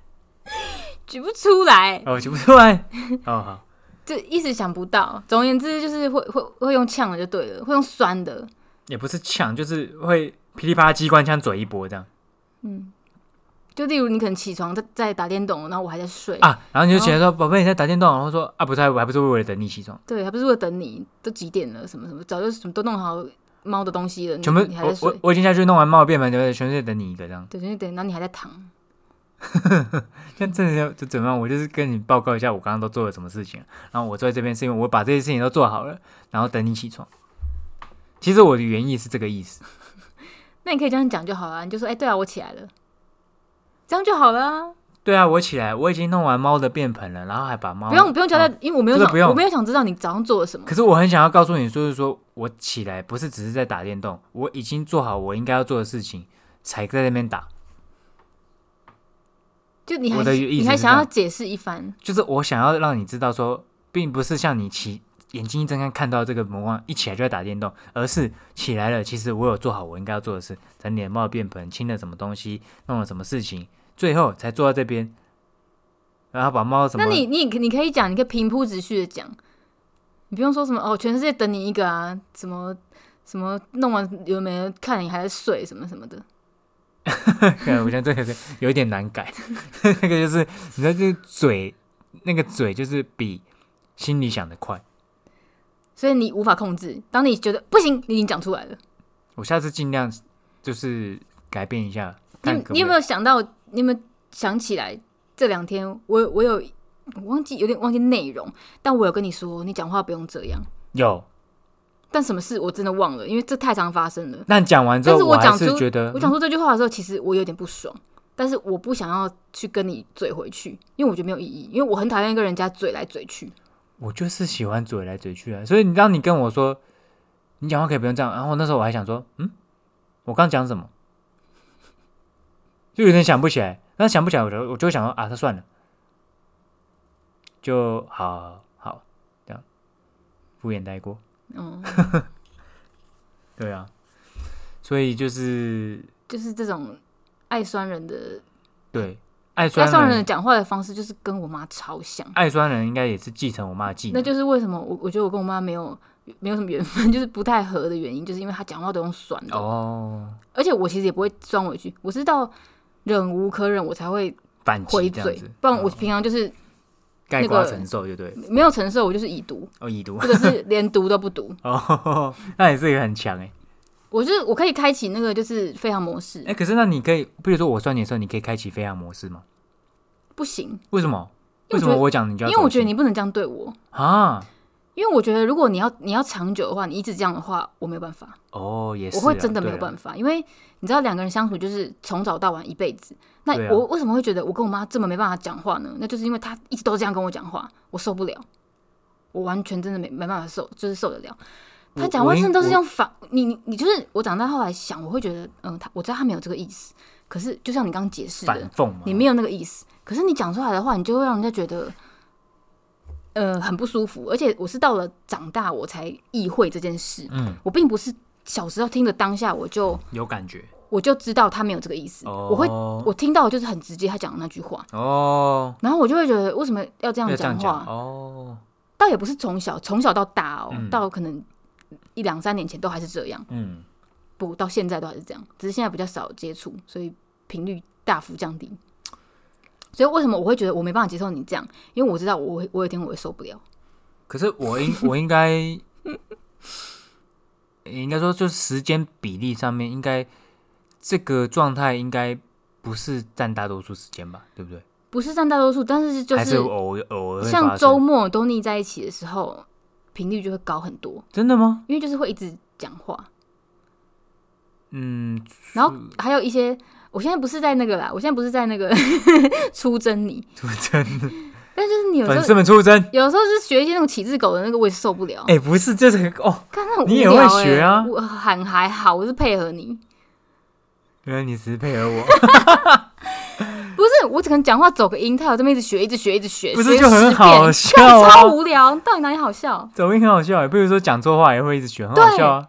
举不出来，哦，举不出来，哦好，就一时想不到。总而言之，就是会会会用呛的就对了，会用酸的，也不是呛，就是会噼里啪啦机关枪嘴一波这样就例如你可能起床在在打电动，然后我还在睡，啊，然后你就起来哦说，宝贝你在打电动，然后说啊不是，我还不是为了等你起床，对，还不是为了等你，都几点了，什么什么，早就什么都弄好猫的东西嗯了，你全部你还在我睡我，我已经下去弄完猫的便盆，全部全部在等你一个这样，对，就是等，然后你还在躺，像真的要就怎么样？我就是跟你报告一下我刚刚都做了什么事情，然后我坐在这边是因为我把这些事情都做好了，然后等你起床。其实我的原意是这个意思，那你可以这样讲就好了，你就说：“哎、对啊，我起来了。”这样就好了啊，对啊，我起来我已经弄完猫的便盆了，然后还把猫不用不用交代，因为我没有这个想不用我没有想知道你早上做了什么。可是我很想要告诉你，就是说我起来不是只是在打电动，我已经做好我应该要做的事情，才在那边打。就你还我的意思你还是想这要样解释一番，就是我想要让你知道说，并不是像你起眼睛一睁开看到这个魔王一起来就在打电动，而是起来了，其实我有做好我应该要做的事，整点冒变盆，清了什么东西，弄了什么事情，最后才坐到这边，然后把猫什么那你你你可以讲，你可以平铺直叙的讲，你不用说什么哦，全世界等你一个啊，什么什么弄完有没有看你还在睡什么什么的，对，我觉得这 个是有一点难改。那个就是，你知道，就是嘴，那个嘴就是比心里想的快。所以你无法控制。当你觉得不行，你已经讲出来了，我下次尽量就是改变一下。看你可不你有可以没有想到？你有没有想起来这两天我我有我忘记有点忘记内容，但我有跟你说，你讲话不用这样。有？但什么事我真的忘了，因为这太常发生了。那你讲完之但后，是我还讲是出觉得我讲出这句话的时候，其实我有点不爽，但是我不想要去跟你嘴回去，因为我觉得没有意义，因为我很讨厌跟人家嘴来嘴去。我就是喜欢嘴来嘴去啊。所以你当你跟我说你讲话可以不用这样，然后那时候我还想说，嗯，我刚讲什么，就有点想不起来。那想不起来，我就我就会想说啊，那算了，就好好这样敷衍带过。嗯， 对啊，所以就是就是这种爱酸人的对爱爱酸酸人的人，讲话的方式，就是跟我妈超像。爱酸人应该也是继承我妈的技那能。就是为什么我我觉得我跟我妈没有没有什么缘分， 就是不太合的原因，就是因为她讲话都用酸的，哦，而且我其实也不会酸回去，我是到忍无可忍我才会反回击这样嘴子，，不然我哦平常就是盖那瓜个承受就对了。没有承受，我就是已读，哦，已读 或者是连读都不读。 哦，那也是一个很强哎我就是我可以开启那个就是非常模式，哎，可是那你可以，比如说我酸你的时候，你可以开启飞扬模式吗？不行，为什么？因为什为我觉么得我讲你就因要为我觉走得心你不能这样对我，啊？因为我觉得如果你要你要长久的话，你一直这样的话，我没有办法，哦，也是我啊，会真的没有对啊办法，因为你知道两个人相处就是从早到晚一辈子，那对啊我为什么会觉得我跟我妈这么没办法讲话呢？那就是因为她一直都这样跟我讲话，我受不了，我完全真的没没办法受，就是受得了。我她讲话我应真的都是我用反你你你就是我长大后来想，我会觉得嗯，她我知道她没有这个意思，可是就像你刚刚解释的，反讽嘛。你没有那个意思，可是你讲出来的话，你就会让人家觉得，呃，很不舒服。而且我是到了长大我才意会这件事，嗯我并不是小时候听的当下我就有感觉我就知道他没有这个意思，哦，我会我听到就是很直接他讲的那句话，哦，然后我就会觉得为什么要这要样这样讲讲话？哦，倒也不是从小从小到大哦，嗯到可能一两三年前都还是这样，嗯，不到现在都还是这样，只是现在比较少接触，所以频率大幅降低。所以为什么我会觉得我没办法接受你这样？因为我知道我会，我有一天我会受不了。可是我 应我应该，应该说就是时间比例上面，应该这个状态应该不是占大多数时间吧，对不对？不是占大多数，但是就还是是偶偶尔会像发生周末都腻在一起的时候，频率就会高很多，真的吗？因为就是会一直讲话。嗯，然后还有一些，我现在不是在那个啦，我现在不是在那个 出征你，出征但就是你有时粉候丝们出征，有时候是学一些那种体字狗的那个，我也受不了。哎、不是，这是哦，看那很无你也聊会欸学啊我喊还好，我是配合你。原来你只是配合 我，不是，我只能讲话走个音，他有这么一直学，一直学，一直学，不学是就很10好遍笑干超啊？无聊，到底哪里好笑？走音很好笑、欸，比如说讲错话也会一直学，很好笑啊。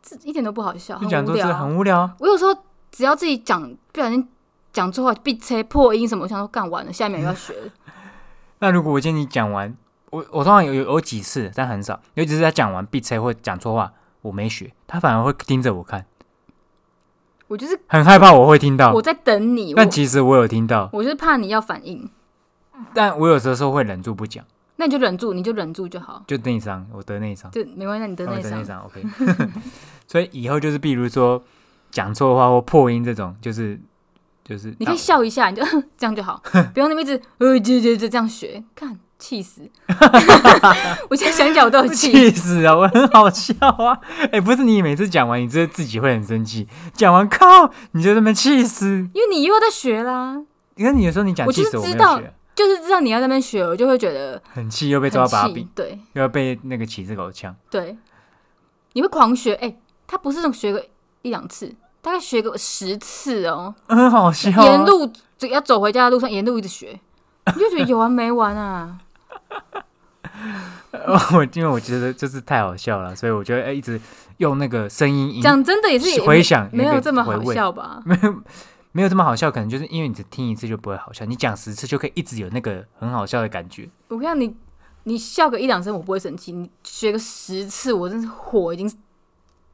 这一点都不好笑，就很讲无错字聊。很无聊啊，我有时候只要自己讲，不小心讲错话，必切破音什么，我想说干完了，下一秒又要学了。那如果我建议你讲完，我我通常有有有几次，但很少，尤其是他讲完必猜或讲错话，我没学，他反而会盯着我看，我就是很害怕我会听到我。在等你，我但其实我有听到，我就是怕你要反应，但我有的时候会忍住不讲，那你就忍住，你就忍住就好，就内伤，我得内伤。就没关系，你的哦那你得伤内。伤，OK。所以以后就是，比如说讲错话或破音这种，就是就是你可以笑一下，你就 这样就好，不用那么一直呃这这这这样学，看 气死！ 我现在想起来我都有气，气死啊！我很好笑啊！哎、不是你每次讲完，你这自己会很生气，讲完靠，你就那么气死。因为你又在学啦，你看你有时候你讲我气就是死，我没知有道学，就是知道你要在那边学，我就会觉得很气又被很抓把气柄，，对又要被那个旗子狗呛。对，你会狂学，哎、他不是那种学个一两次，大概学个十次哦， 很好笑、啊，沿路只要走回家的路上，沿路一直学，你就觉得有完没完 啊？呃我因为 我觉得就是太好笑了，所以我觉得哎、一直用那个声音引讲真的也是也回想，没那有个这么回好味，笑吧？没有没有这么好笑，可能就是因为你只听一次就不会好笑，你讲十次就可以一直有那个很好笑的感 觉。我看你，你笑个一两声我不会生气，你学个十次我真是火已经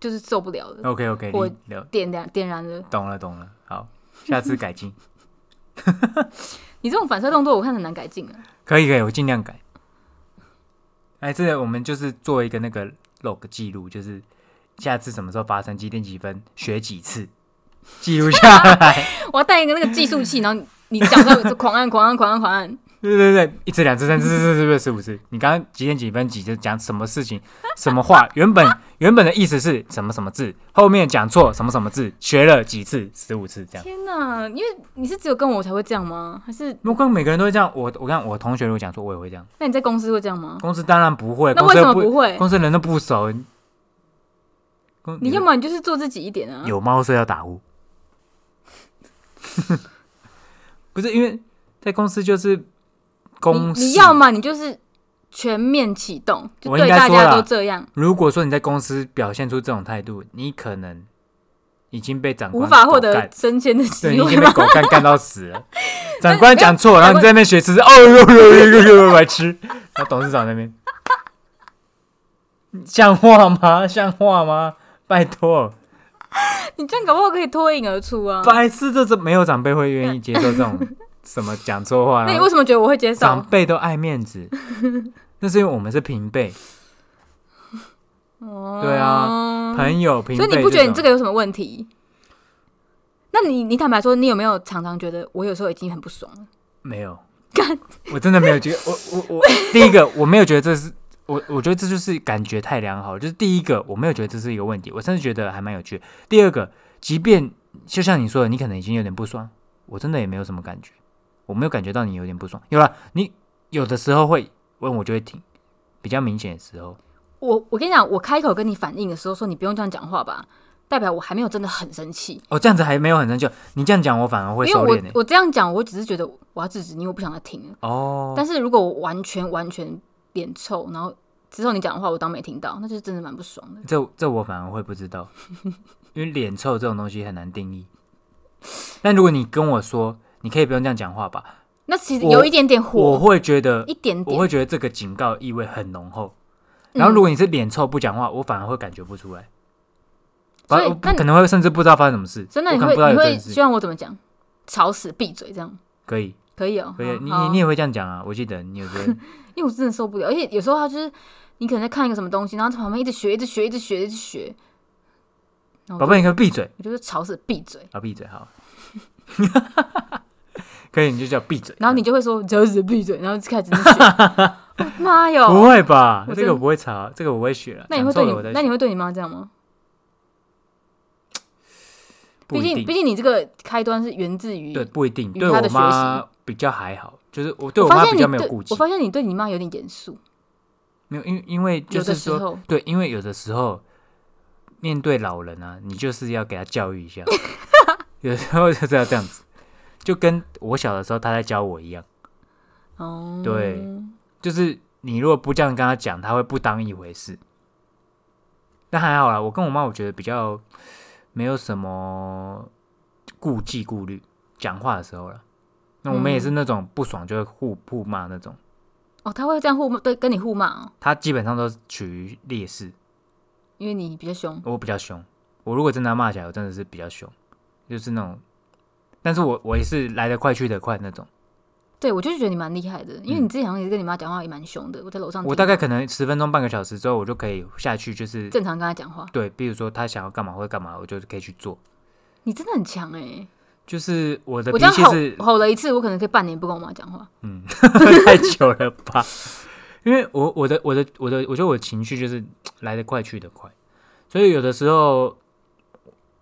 就是受不了了， OK OK，我了点燃点燃了。懂了懂了，好，下次改进，你这种反射动作我看很难改进啊。可以可以，我尽量改。 哎，这个我们就是做一个那个 log 记录，就是下次什么时候发生，几点几分，学几次，记录下来。我要带一个那个计数器，然后你你脚上就狂按狂按狂按狂按，对对对，一次、两次、三次、四次、四次、四五次。你刚刚几点几分几就讲什么事情、 什么话？原本原本的意思是什么什么字，后面讲错什么什么字，学了几次，十五次这样。天哪！因为你是只有跟我才会这样吗？还是如果每个人都会这样，我我看我同学如果讲错，我也会这样。那你在公司会这样吗？公司当然不会，那公为司什又么不不会？公司人都不熟。公你要么你就是做自己一点啊。有猫是要打呼， 不是因为在公司就是公你司你要么你就是全面启动，就我应对该大说家啦都这样，如果说你在公司表现出这种态度，你可能已经被长官无法获狗得干，升迁的机对，你已会经被吗？ 狗干干到死了。长官讲错，然后你在那边学吃，哦呦呦呦呦呦，白痴！然后董事长那边，像话吗？像话吗？拜托，你这样搞不好可以脱颖而出啊。白痴，这是没有长辈会愿意接受这种什么讲错话。那然你后为什么觉得我会接长受？辈都爱面子，那是因为我们是平辈，对啊哦，朋友平辈所种。以你不觉得你这个有什么问题？那你你坦白说，你有没有常常觉得我有时候已经很不爽了？没有，我真的没有觉得，我我我第一个我没有觉得这是我，我觉得这就是感觉太良好了，就是第一个我没有觉得这是一个问题，我甚至觉得还蛮有趣的。第二个，即便就像你说的，你可能已经有点不爽，我真的也没有什么感觉，我没有感觉到你有点不爽。有了，你有的时候会问我就会停，比较明显的时候，我我跟你讲，我开口跟你反应的时候说你不用这样讲话吧，代表我还没有真的很生气，哦，这样子还没有很生气，你这样讲我反而会因为收我敛欸呢。我这样讲，我只是觉得我要制止你，我不想再听了。哦，但是如果我完全完全脸臭，然后之后你讲的话我当没听到，那就是真的蛮不爽的。这这我反而会不知道，因为脸臭这种东西很难定义。但如果你跟我说，你可以不用这样讲话吧，那其实我有一点点我火，会觉得一点点。我会觉得这个警告意味很浓厚。嗯然后如果你是脸臭不讲话，我反而会感觉不出来，所反以而我那你可能会甚至不知道发生什么事，真的我你可能会不知道你有这会件事希。望我怎么讲？吵死，闭嘴，这样可以，可以哦、可以，你好你你也会这样讲啊？我记得你有时 候因为我真的受不了，而且有时候他就是你可能在看一个什么东西，然后在旁边一直学，一直学，一直学，一直学。然后宝我就贝，你可不可以闭嘴我就是吵死，闭嘴。啊，闭嘴好。 可以，你就叫闭嘴。啊然后你就会说吵死，闭嘴，然后就开 始学。我哦妈不哟！会吧？我这个真我不会查，这个我会学了。那你会讲对错了我再你那你会对你妈这样吗？不毕一竟定毕竟你这个开端是源自于对，不一定。与对嗯他我的学妈比较还好，就是我对我发妈现比你较没有对顾忌我，发现你对你妈有点严肃，没有，因为因为就有是的时说，候对，因为有的时候面对老人啊，你就是要给他教育一 下，有时候就是要这样子，就跟我小的时候他在教我一样，哦，对就是你如果不这样跟他讲，他会不当一回事。但还好啦，我跟我妈我觉得比较没有什么顾忌顾虑，讲话的时候了。那我们嗯也是那种不爽就会互互骂那种。哦，他会这样互骂对跟你互骂哦，他基本上都是处于劣势，因为你比较凶，我比较凶。我如果真的要骂起来，我真的是比较凶，就是那种，但是我我也是来得快去得快那种。对我就是觉得你蛮厉害的，因为你之前好像也是跟你妈讲话也蛮凶的，我在楼上嗯我听大概可能十分钟半个小时之后，我就可以下去，就是正常跟他讲话，对，比如说他想要干嘛或者干嘛，我就可以去做。你真的很强哎、就是我的我脾这样气是吼吼了一次，我可能可以半年不跟我妈讲话。 太久了吧？因为我我的我的我的，我觉得我的情绪就是来得快去得快，所以有的时候，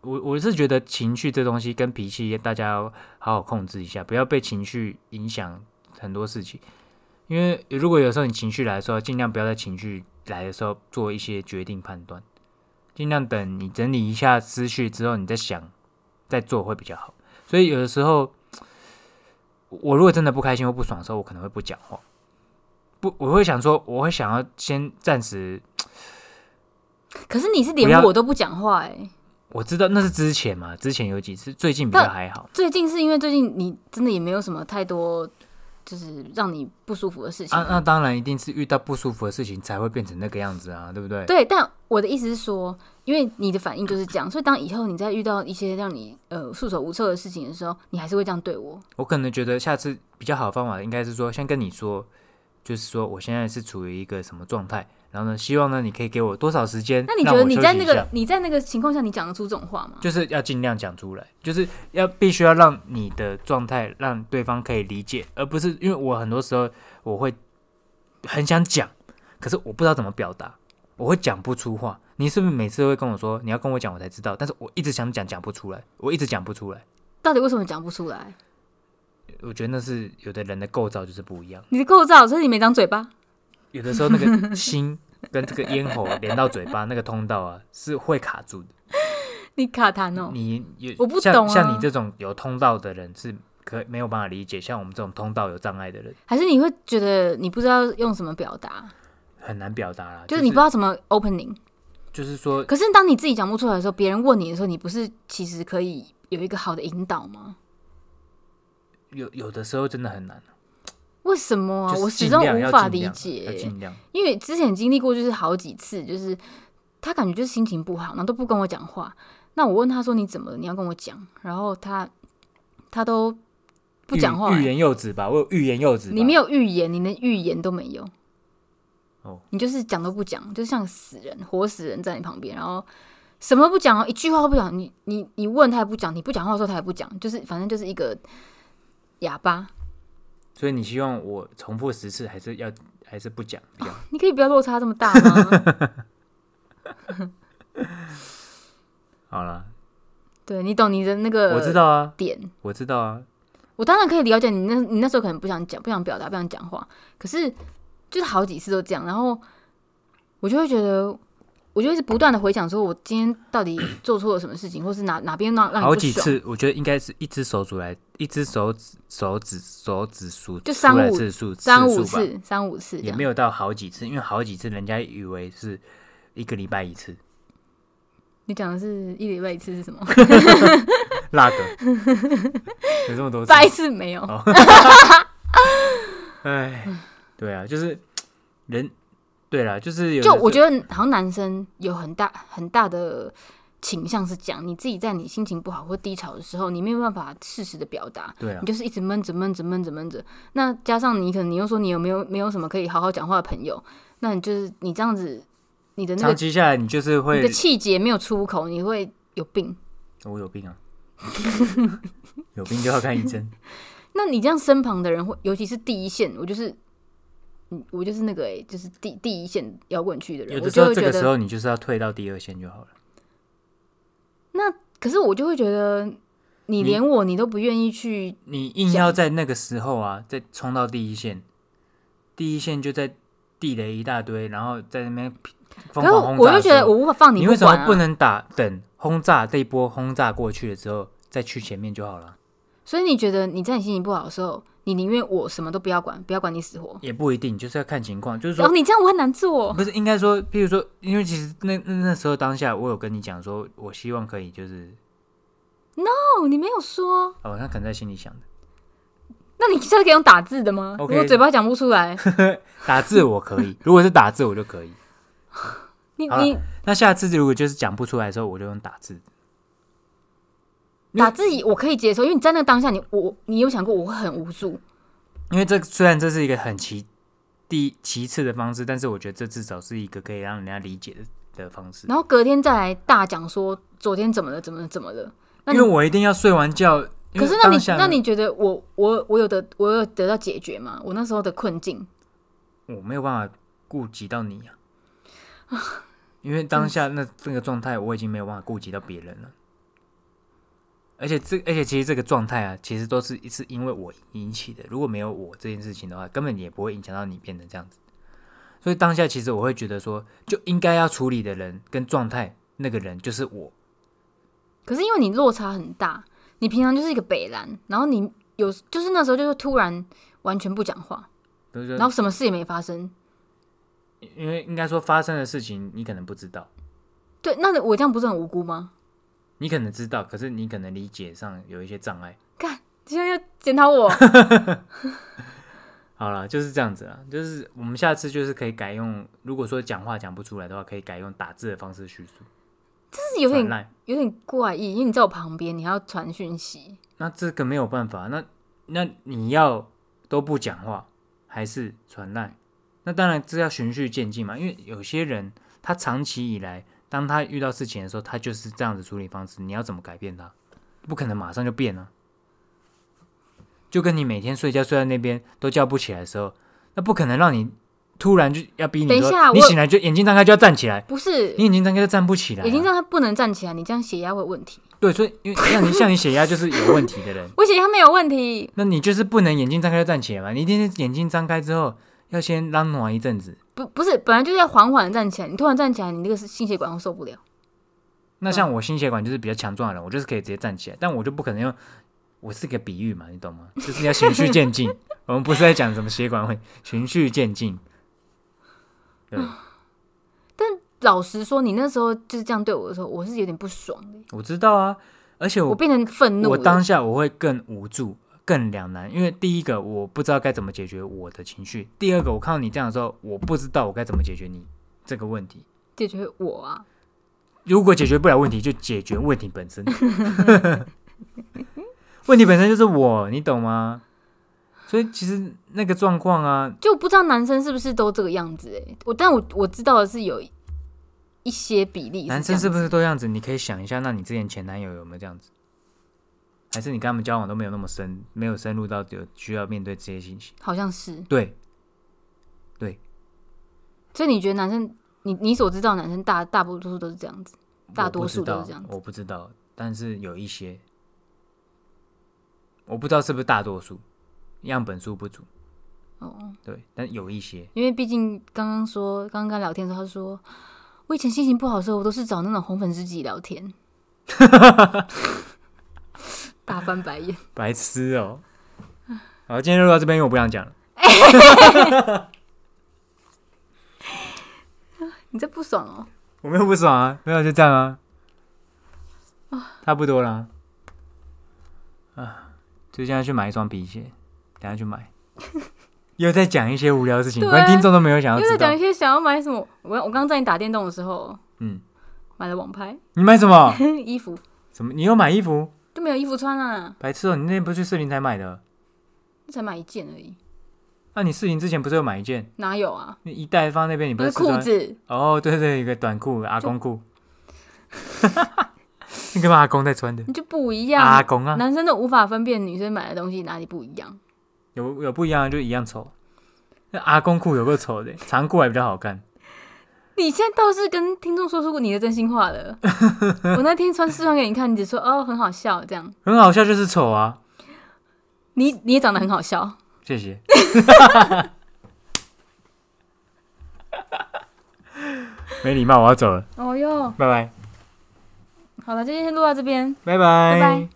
我我是觉得情绪这东西跟脾气，大家要好好控制一下，不要被情绪影响很多事情。因为如果有时候你情绪来的时候，尽量不要在情绪来的时候做一些决定判断，尽量等你整理一下思绪之后，你再想再做会比较好。所以有的时候。我如果真的不开心或不爽的时候，我可能会不讲话，不，我会想说，我会想要先暂时，可是你是不连要我都不讲话哎、我知道那是之前嘛，之前有几次，最近比较还好，最近是因为最近你真的也没有什么太多就是让你不舒服的事情。啊，那当然一定是遇到不舒服的事情才会变成那个样子啊，对不对？对，但我的意思是说，因为你的反应就是这样，所以当以后你在遇到一些让你呃束手无策的事情的时候，你还是会这样对我。我可能觉得下次比较好的方法应该是说，先跟你说，就是说我现在是处于一个什么状态，然后呢，希望呢你可以给我多少时间，那你觉让得我你休在息那一下个你在那个情况下，你讲得出这种话吗？就是要尽量讲出来，就是要必须要让你的状态让对方可以理解，而不是因为我很多时候我会很想讲，可是我不知道怎么表达，我会讲不出话。你是不是每次都会跟我说你要跟我讲我才知道？但是我一直想讲讲不出来，我一直讲不出来。到底为什么讲不出来？我觉得那是有的人的构造就是不一样，你的构造，所以你没长嘴巴。有的时候那个心跟这个咽喉连到嘴巴那个通道啊是会卡住的。你卡痰哦、你有我不像懂啊像你这种有通道的人是可没有办法理解，像我们这种通道有障碍的人还是你会觉得你不知道用什么表达，很难表达啦。就是你不知道怎么 opening。就是说，可是当你自己讲不出来的时候，别人问你的时候，你不是其实可以有一个好的引导吗？有有的时候真的很难，为什么啊？就是我始尽终量无要法尽理量要解，尽量。因为之前经历过就是好几次，就是他感觉就是心情不好，然后都不跟我讲话。那我问他说你怎么了？你要跟我讲，然后他他都不讲话、欲欲言又止吧，我有欲言又止吧。你没有预言，你连预言都没有。哦你就是讲都不讲，就像死人、活死人在你旁边，然后什么都不讲哦，一句话都不讲。你你你问他也不讲，你不讲话的时候他也不讲，就是反正就是一个哑巴。所以你希望我重复十次，还是要还是不讲比较好？你可以不要落差这么大吗？好了，对你懂你的那个我知道啊，点，我知道啊，我当然可以了解你那，你那时候可能不想讲、不想表达、不想讲话，可是就是好几次都这样，然后我就会觉得，我就一直不断的回想，说我今天到 底做错了什么事情，或是哪哪边让让你好不几爽，次，我觉得应该是一只手数来，一只手指手指手指数就三出来五次数，三次五数吧次、三五次这也样没。有到好几次，因为好几次人家以为是一个礼拜一次，你讲的是一礼拜一次是 什么？那个有这么多次？再一次没有哦，哎，对啊，就是人，对啦，就是有就的我时觉得好像男生有很大很大的倾向是讲，你自己在你心情不好或低潮的时候，你没有办法适时的表达，候对啊你，就是一直闷着闷着闷着闷着，那加上你可能你又说你有没有没有什么可以好好讲话的朋友，那你就是你这样子，你的那长个期下来你就是你会的，气节没有出口，你会有病。我有病啊，有病就要看医 生。那你这样身旁的人会，尤其是第一线，我就是，嗯，我就是那个诶、就是第第一线摇滚区的人，有我的时就候会这觉个时得，候你就是要退到第二线就好了。可是我就会觉得，你连我你都不愿意去，你硬要在那个时候啊，再冲到第一线，第一线就在地雷一大堆，然后在那边可疯是狂我轰炸我就的时觉得候我无法放你不为什管、啊，么不能打等轰炸这一波轰炸过去了之后再去前面就好了？所以你觉得你在你心情不好的时候，你宁愿我什么都不要管，不要管你死活，也不一定，就是要看情况。就是然后说，你这样我很难做。不是应该说，譬如说，因为其实那那那时候当下，我有跟你讲说，我希望可以就是哦，你没有说，哦，那可能在心里想的，那你现在可以用打字的吗 OK 如果嘴巴讲不出来，打字我可 以，如果是打字我就可以。你好了你那下次如果就是讲不出来的时候，我就用打字。因为打字我可以接受，因为你在那个当下你，我你有想过我会很无助，因为这虽然这是一个很其第其次的方式，但是我觉得这至少是一个可以让人家理解的的方式。然后隔天再来大讲说昨天怎么了，怎么了，怎么了。那因你为我一定要睡完觉，因可为是那当你下那你觉得我我我有的我有得到解决吗？我那时候的困境，我没有办法顾及到 你啊，因为当下那这个状态我已经没有办法顾及到别人了，而且这而且其实这个状态啊，其实都是是因为我引起的，如果没有我这件事情的话，根本也不会影响到你变成这样子。所以当下其实我会觉得说，就应该要处理的人跟状态，那个人就是我，可是因为你落差很大，你平常就是一个北蓝，然后你有就是那时候就是突然完全不讲话，比如然说，后什么事也没发生。因为应该说发生的事情你可能不知道，对，那我这样不是很无辜吗？你可能知道，可是你可能理解上有一些障碍。现在要检讨我， 好了，就是这样子啊，就是我们下次就是可以改用，如果说讲话讲不出来的话，可以改用打字的方式叙述。就是有传点来，有点怪异，因为你在我旁边，你还要传讯息，那这个没有办法，那那你要都不讲话，还是传赖？那当然这要循序渐进嘛，因为有些人他长期以来，当他遇到事情的时候，他就是这样子处理方式，你要怎么改变他？不可能马上就变啊！就跟你每天睡觉睡在那边都叫不起来的时候，那不可能让你突然就要逼你等一下说，我你醒来就眼睛张开就要站起来，不是你眼睛张开就站不起来啊、已经让他不能站起来，你这样血压会有问题。对，所以因为像你像你血压就是有问题的人，我血压没有问题，那你就是不能眼睛张开就站起来嘛？你一定是眼睛张开之后，要先拉暖一阵子。不不是，本来就是要缓缓地站起来，你突然站起来，你那个是心血管会受不了。那像我心血管就是比较强壮的人，我就是可以直接站起来，但我就不可能用。我是个比喻嘛，你懂吗？就是要循序渐进。我们不是在讲什么血管会循序渐进。对，老实说，你那时候就是这样对我的时候，我是有点不爽的，我知道啊，而且我我变成愤怒我了当下我会更无助、更两难，因为第一个我不知道该怎么解决我的情绪，第二个我看到你这样的时候，我不知道我该怎么解决你这个问题。解决我啊，如果解决不了问题，就解决问题本身。 问题本身就是我，你懂吗？所以其实那个状况啊，就我不知道男生是不是都这个样子哎、我但我我知道的是有一些比例男生是不是是都这样子？你可以想一下，那你之前前男友有没有这样子？还是你跟他们交往都没有那么深，没有深入到有需要面对这些信息？这样子？好像是，对，所以你觉得男生，你你所知道的男生大大多数都是这样子，大多数都是这样子我不知道，我不知道，但是有一些，我不知道是不是大多数，样本数不足，哦，对，但有一些，因为毕竟刚刚说，刚刚跟他聊天的时候，他说我以前心情不好的时候，我都是找那种红粉知己聊天， 大翻白眼。白痴哦、好，今天就到这边，因为我不想讲了。你这不爽哦？我没有不爽啊，没有就这样啊，哦差不多了啊。啊就现在去买一双皮鞋，等下去买。又在讲一些无聊的事情，对啊观听众都没有想要又在知道讲。一些想要买什么？我我刚刚在你打电动的时候，嗯，买了网拍你买什么？衣服，什么？你又买衣服？都没有衣服穿啊，白痴哦、你那天不是去士林才买的？才买一件而已，那、你士林之前不是有买一件？哪有啊？那一袋放在那边，你不那是是裤试穿？子，哦，对对，一个短裤，阿公裤。 那个嘛阿公在穿的，你就不一阿样。公啊，男生都无法分辨女生买的东西哪里不一样。有有不一样，就一样丑。那阿公裤有个丑的，长裤还比较好看。你现在倒是跟听众说出你的真心话了。我那天穿试穿给你看，你只说哦很好笑这样，很好笑就是丑啊，你你也长得很好笑，谢谢。 没礼貌，我要走了，哦哟，拜拜，好了，今天先录到这边。拜拜拜拜